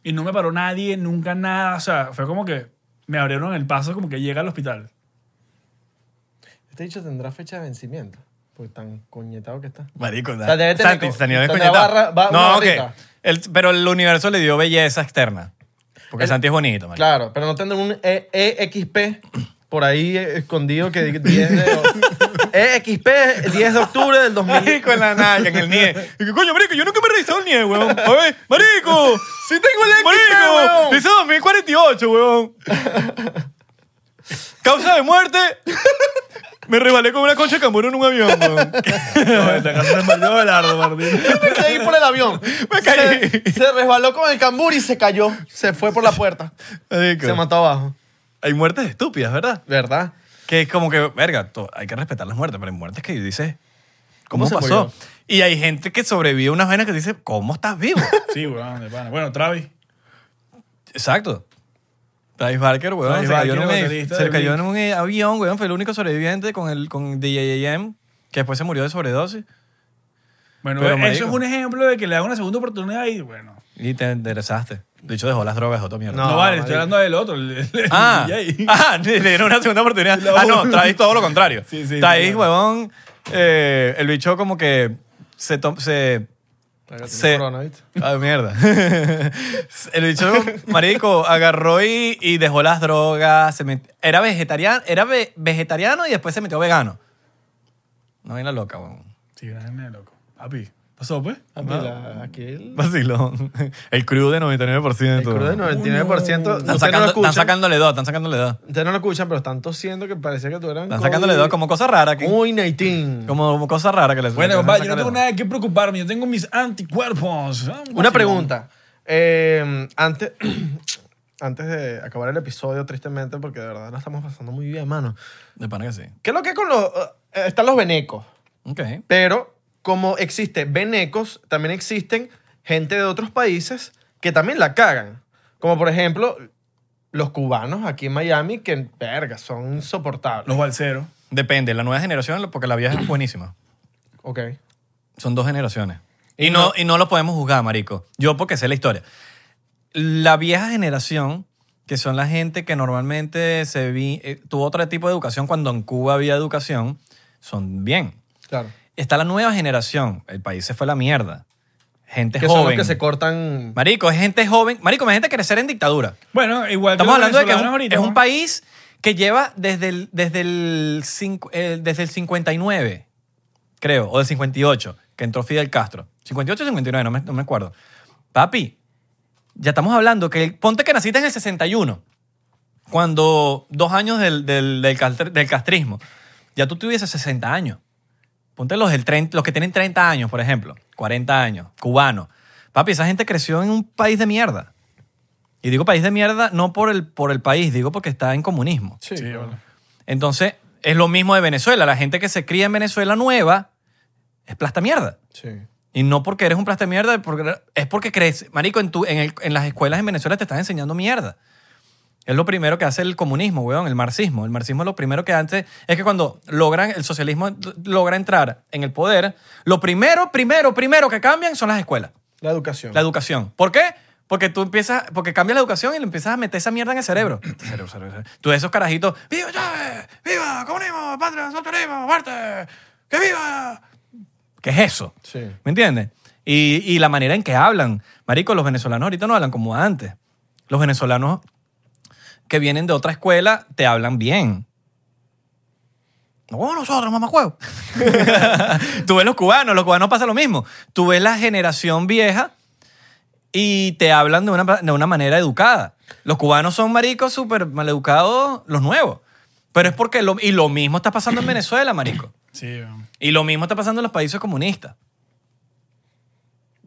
y no me paró nadie, nunca nada, o sea, fue como que me abrieron el paso como que llega al hospital. Este dicho tendrá fecha de vencimiento. Porque tan coñetado que está. Marico, da- sea, debe tener Santi, co- Santi, no es tendrá coñetado. barra- ba- una No, barrita. ok. El- pero el universo le dio belleza externa. Porque El- Santi es bonito, marico. Claro, pero no tendrá un E- EXP por ahí eh, escondido que di- 10 de... EXP 10 de octubre del 2000. Marico en la nalga, en el NIE. Y que, coño, marico, yo nunca me he revisado el NIE, weón. A ver, marico. Sí tengo el XP, weón. Dice 2048, weón. Causa de muerte. Me rebalé con una concha de cambur en un avión, weón. La casa se perdió Belardo, Martín. Me caí por el avión. Me caí. Se, se resbaló con el cambur y se cayó. Se fue por la puerta. Marico. Se mató abajo. Hay muertes estúpidas, ¿verdad? ¿Verdad? Que es como que, verga, to- hay que respetar las muertes, pero hay muertes que dices, ¿cómo, ¿Cómo se pasó? murió? Y hay gente que sobrevive a unas vainas que dice, ¿cómo estás vivo? Sí, weón, de pana. Bueno, Travis. Exacto. Travis Barker, weón, Travis se cayó, Barker, en, un, baterista se de cayó en un avión, weón, fue el único sobreviviente con, el, con DJM, que después se murió de sobredosis. Bueno, Pero, eso marico. es un ejemplo de que le dan una segunda oportunidad y bueno. Y te enderezaste. De hecho, dejó las drogas, otro mierda. No, No, vale, estoy marico. hablando del otro. el- el- el Ah, DJ. ah, le le dieron una segunda oportunidad. No. Ah, no, traes todo lo contrario. Sí, sí, traes, sí, claro. huevón, eh, el bicho como que se... tom- se Marico, tiene se corona, ¿viste? Ay, Ah, mierda. el bicho, marico, agarró y, y dejó las drogas. se met- Era, vegetariano, era ve- vegetariano y después se metió vegano. No, vaina loca, huevón. Sí, una vaina de loco. Papi, ¿pasó, pues? Ah, mira, Aquí el, Vacilón. El crew de 99%. el crudo del 99%. Están, Ustedes no sacando- lo están escuchan. sacándole dos, están sacándole dos. Ustedes no lo escuchan, pero están tosiendo que parecía que tú eras. Están sacándole dos como cosa rara. que- Uy, 19. Como, como cosa rara que les Bueno, que les compadre, yo no sacan tengo el- nada que preocuparme. Yo tengo mis anticuerpos. Ah, Una vacilón. pregunta. Eh, antes, antes de acabar el episodio, tristemente, porque de verdad la estamos pasando muy bien, mano. De pana que sí. ¿Qué es lo que con los... eh, están los venecos, Ok. pero como existe venecos, también existen gente de otros países que también la cagan. Como por ejemplo, los cubanos aquí en Miami, que, verga, son insoportables. Los balseros. Depende, la nueva generación, porque la vieja es buenísima. Ok. Son dos generaciones. Y no, y no lo podemos juzgar, marico. Yo porque sé la historia. La vieja generación, que son la gente que normalmente se vi, eh, tuvo otro tipo de educación cuando en Cuba había educación, son bien. Claro. Está la nueva generación. El país se fue a la mierda. Gente Que joven. son los que se cortan... Marico, es gente joven. Marico, imagínate crecer en dictadura. Bueno, igual Estamos los hablando de que es un, venezolanos ahorita, es un ¿no? país que lleva desde el, desde, el cincu- eh, desde el 59, creo, o del 58, que entró Fidel Castro. 58 o 59, no me, no me acuerdo. Papi, ya estamos hablando que el- ponte que naciste en el 61, cuando dos años del, del, del castr- del castrismo, ya tú tuvieses 60 años. Ponte los, del 30 los que tienen 30 años, por ejemplo, 40 años, cubanos. Papi, esa gente creció en un país de mierda. Y digo país de mierda no por el, por el país, digo porque está en comunismo. Sí, Sí, claro. bueno. Entonces, es lo mismo de Venezuela. La gente que se cría en Venezuela nueva es plasta mierda. sí. Y no porque eres un plasta mierda, porque, es porque crees. Marico, en, tu, en, el- en las escuelas en Venezuela te están enseñando mierda. Es lo primero que hace el comunismo, weón, el marxismo. El marxismo es lo primero que antes. Es que cuando logran, el socialismo logra entrar en el poder, lo primero, primero, primero que cambian son las escuelas. La educación. La educación. ¿Por qué? Porque tú empiezas, porque cambias la educación y le empiezas a meter esa mierda en el cerebro. Cerebro, cerebro, cerebro. Tú esos carajitos, ¡Viva Chávez! ¡Viva comunismo! ¡Patria, socialismo! ¡Muerte! ¡Que viva! ¿Qué es eso? Sí. ¿Me entiendes? Y, y la manera en que hablan. Marico, los venezolanos ahorita no hablan como antes. Los venezolanos que vienen de otra escuela te hablan bien. No como nosotros, mamacuevo. Tú ves los cubanos, los cubanos pasa lo mismo. Tú ves la generación vieja y te hablan de una, de una manera educada. Los cubanos son maricos súper maleducados, los nuevos. Pero es porque, lo, y lo mismo está pasando en Venezuela, marico. Sí, bueno. Y lo mismo está pasando en los países comunistas.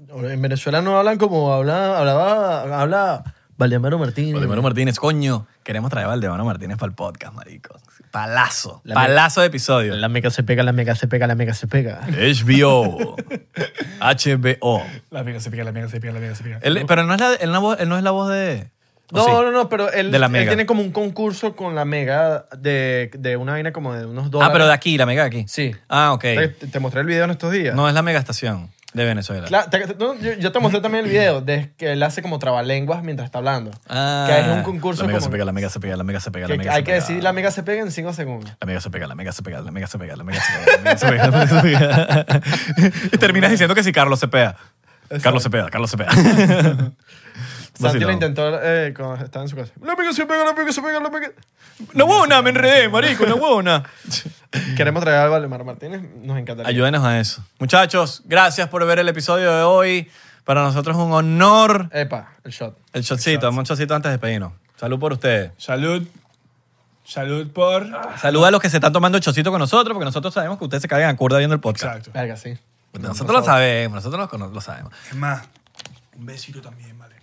En Venezuela no hablan como habla, hablaba, habla Valdemaro Martínez. Valdemaro Martínez, coño. Queremos traer a Valdemaro Martínez para el podcast, marico. Palazo. La palazo de episodio. La meca se pega, la meca se pega, la meca se pega. HBO. HBO. La pica se pica, la pica se pica, la pica se pica. Él- pero no es la, él, no, vo- él no es la voz de... ¿o No, Oh, sí? no, no, pero él, De la él Mega. tiene como un concurso con la mega de, de una vaina como de unos dólares. Ah, pero de aquí, la mega de aquí. Sí. Ah, ok. Te, te mostré el video en estos días. No es la mega estación de Venezuela. Cla- te- te- no, yo, yo te mostré también el video de que él hace como trabalenguas mientras está hablando. Ah, que es un concurso La mega como- se pega, la mega se pega, la mega se pega, la que mega hay se que pega. decir la mega se pega en 5 segundos. La mega se pega, la mega se pega, la mega se pega, la mega se pega, la mega se pega, la mega se pega. Y terminas diciendo que sí, Carlos se pega. Carlos se pega, Carlos se pega. Santi lo Vacilón. intentó eh, cuando estaba en su casa. La mega se pega, la mega se pega, la mega. No huevona, me enredé, marico, no huevona. Queremos traer a Valdemar Martínez, nos encantaría. Ayúdenos a eso. Muchachos, gracias por ver el episodio de hoy. Para nosotros es un honor. Epa, el shot. El shotcito, un shotcito antes de despedirnos. Salud por ustedes. Salud. Salud por... Salud a los que se están tomando el shotcito con nosotros, porque nosotros sabemos que ustedes se caen en curda viendo el podcast. Exacto. Verga, sí. Nosotros lo sabemos, nosotros lo, cono- lo sabemos. Es más, un besito también, vale.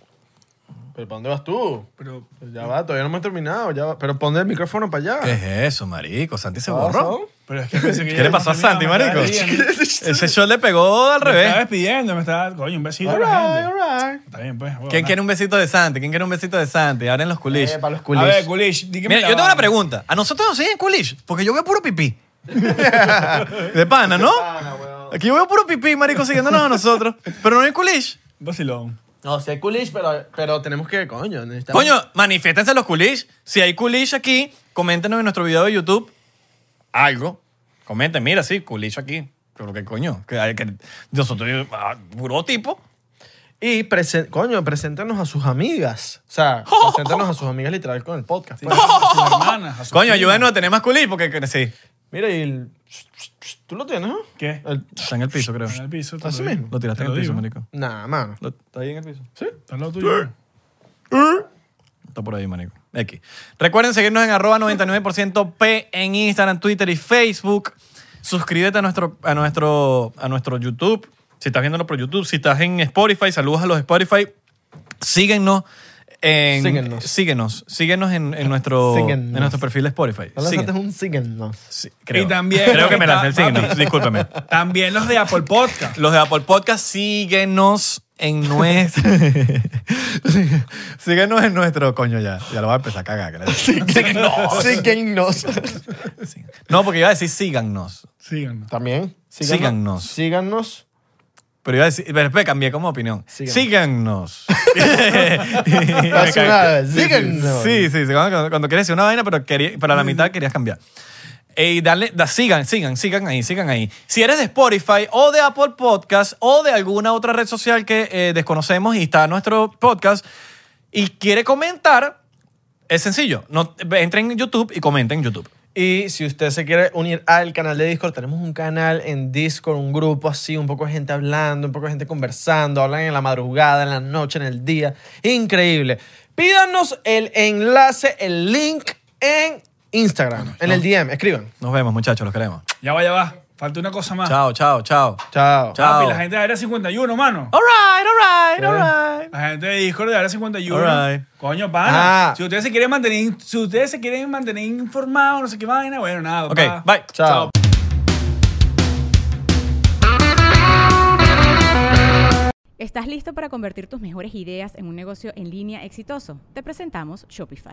¿Pero para dónde vas tú? Pues Pero... Ya va, todavía no hemos terminado. Ya va. Pero pon el micrófono para ¿Qué allá. es eso, marico? Santi se borró. ¿Qué? Pero es que pensé que ¿Qué ya le pasó a terminaba, Santi, me estaba marico? despidiendo. Ese shot le pegó al Me estaba revés. despidiendo, me estaba... Coño, un besito a All la right, gente. all right. Está bien, pues. bueno, ¿Quién nada. quiere un besito de Santi? ¿Quién quiere un besito de Santi? Abren los culiches. Eh, para los A ver, culis. Kulish, dígame Mira, la yo tengo vaina. una pregunta. A nosotros nos siguen culish, porque yo veo puro pipí. De pana, ¿no? Aquí yo veo puro pipí, marico, siguiéndonos a nosotros. Pero no hay culish. Vacilón. No, sí hay coolish, pero, pero tenemos que, coño, necesitamos... Coño, manifiéstense los coolish. Si hay coolish aquí, coméntenos en nuestro video de YouTube algo. Comenten, mira, sí, coolish aquí. Pero qué coño, que, hay que nosotros, ah, puro tipo. Y, presen- coño, preséntanos a sus amigas. O sea, preséntanos a sus amigas literal con el podcast. pues. A sus hermanas, a sus Coño, primas. ayúdenos a tener más coolish porque que- sí. Mira, y el... ¿Tú lo tienes, no? ¿Qué? El- Está en el piso, creo. En el piso. te Así lo digo. mismo. Lo tiraste Te en el piso, digo. marico. Nah, mano. Lo- Está ahí en el piso. Está al lado tuyo. Está por ahí, manico. X. Recuerden seguirnos en arroba 99% P en Instagram, Twitter y Facebook. Suscríbete a nuestro, a nuestro, a nuestro YouTube. Si estás viéndolo por YouTube, si estás en Spotify, saludos a los Spotify. Síguenos. En, Síguenos. Síguenos. Síguenos en, en nuestro, Síguenos. en nuestro perfil de Spotify. No lanzaste Síguenos. un síguenos. Sí, creo. Y también- Creo que me lancé el Papi. signo. Discúlpame. También los de Apple Podcast. Los de Apple Podcast, síguenos en nuestro. síguenos en nuestro. Coño, ya. Ya lo voy a empezar a cagar. gracias. Síguenos. Síguenos. No, porque iba a decir síganos. Síganos. También. Síganos. Síganos. Pero iba a decir. Pero después cambié como opinión. Síganos. Síganos. Hace una- síganos. Sí, sí, sí. Cuando, cuando quieres decir una vaina, pero, quería, pero a la mitad querías cambiar. Eh, Y darle, da- sigan, sigan, sigan ahí, sigan ahí. Si eres de Spotify o de Apple Podcast o de alguna otra red social que eh, desconocemos y está nuestro podcast y quiere comentar, es sencillo. No, entren en YouTube y comenten en YouTube. Y si usted se quiere unir al canal de Discord, tenemos un canal en Discord, un grupo así, un poco de gente hablando, un poco de gente conversando, hablan en la madrugada, en la noche, en el día. Increíble. Pídanos el enlace, el link en Instagram, en el DM. Escriban. Nos vemos, muchachos, los queremos. Ya va, ya va. Falta una cosa más. Chao, chao, chao. Chao. Chao. Oh. Papi, la gente de Área 51, mano. All right, all right, all Yeah. right. La gente de Discord de Área 51. Alright. Coño, pana. Ah. Si ustedes se quieren mantener, si ustedes se quieren mantener informados, no sé qué vaina, bueno, nada. Ok, papá. bye. Chao. ¿Estás listo para convertir tus mejores ideas en un negocio en línea exitoso? Te presentamos Shopify.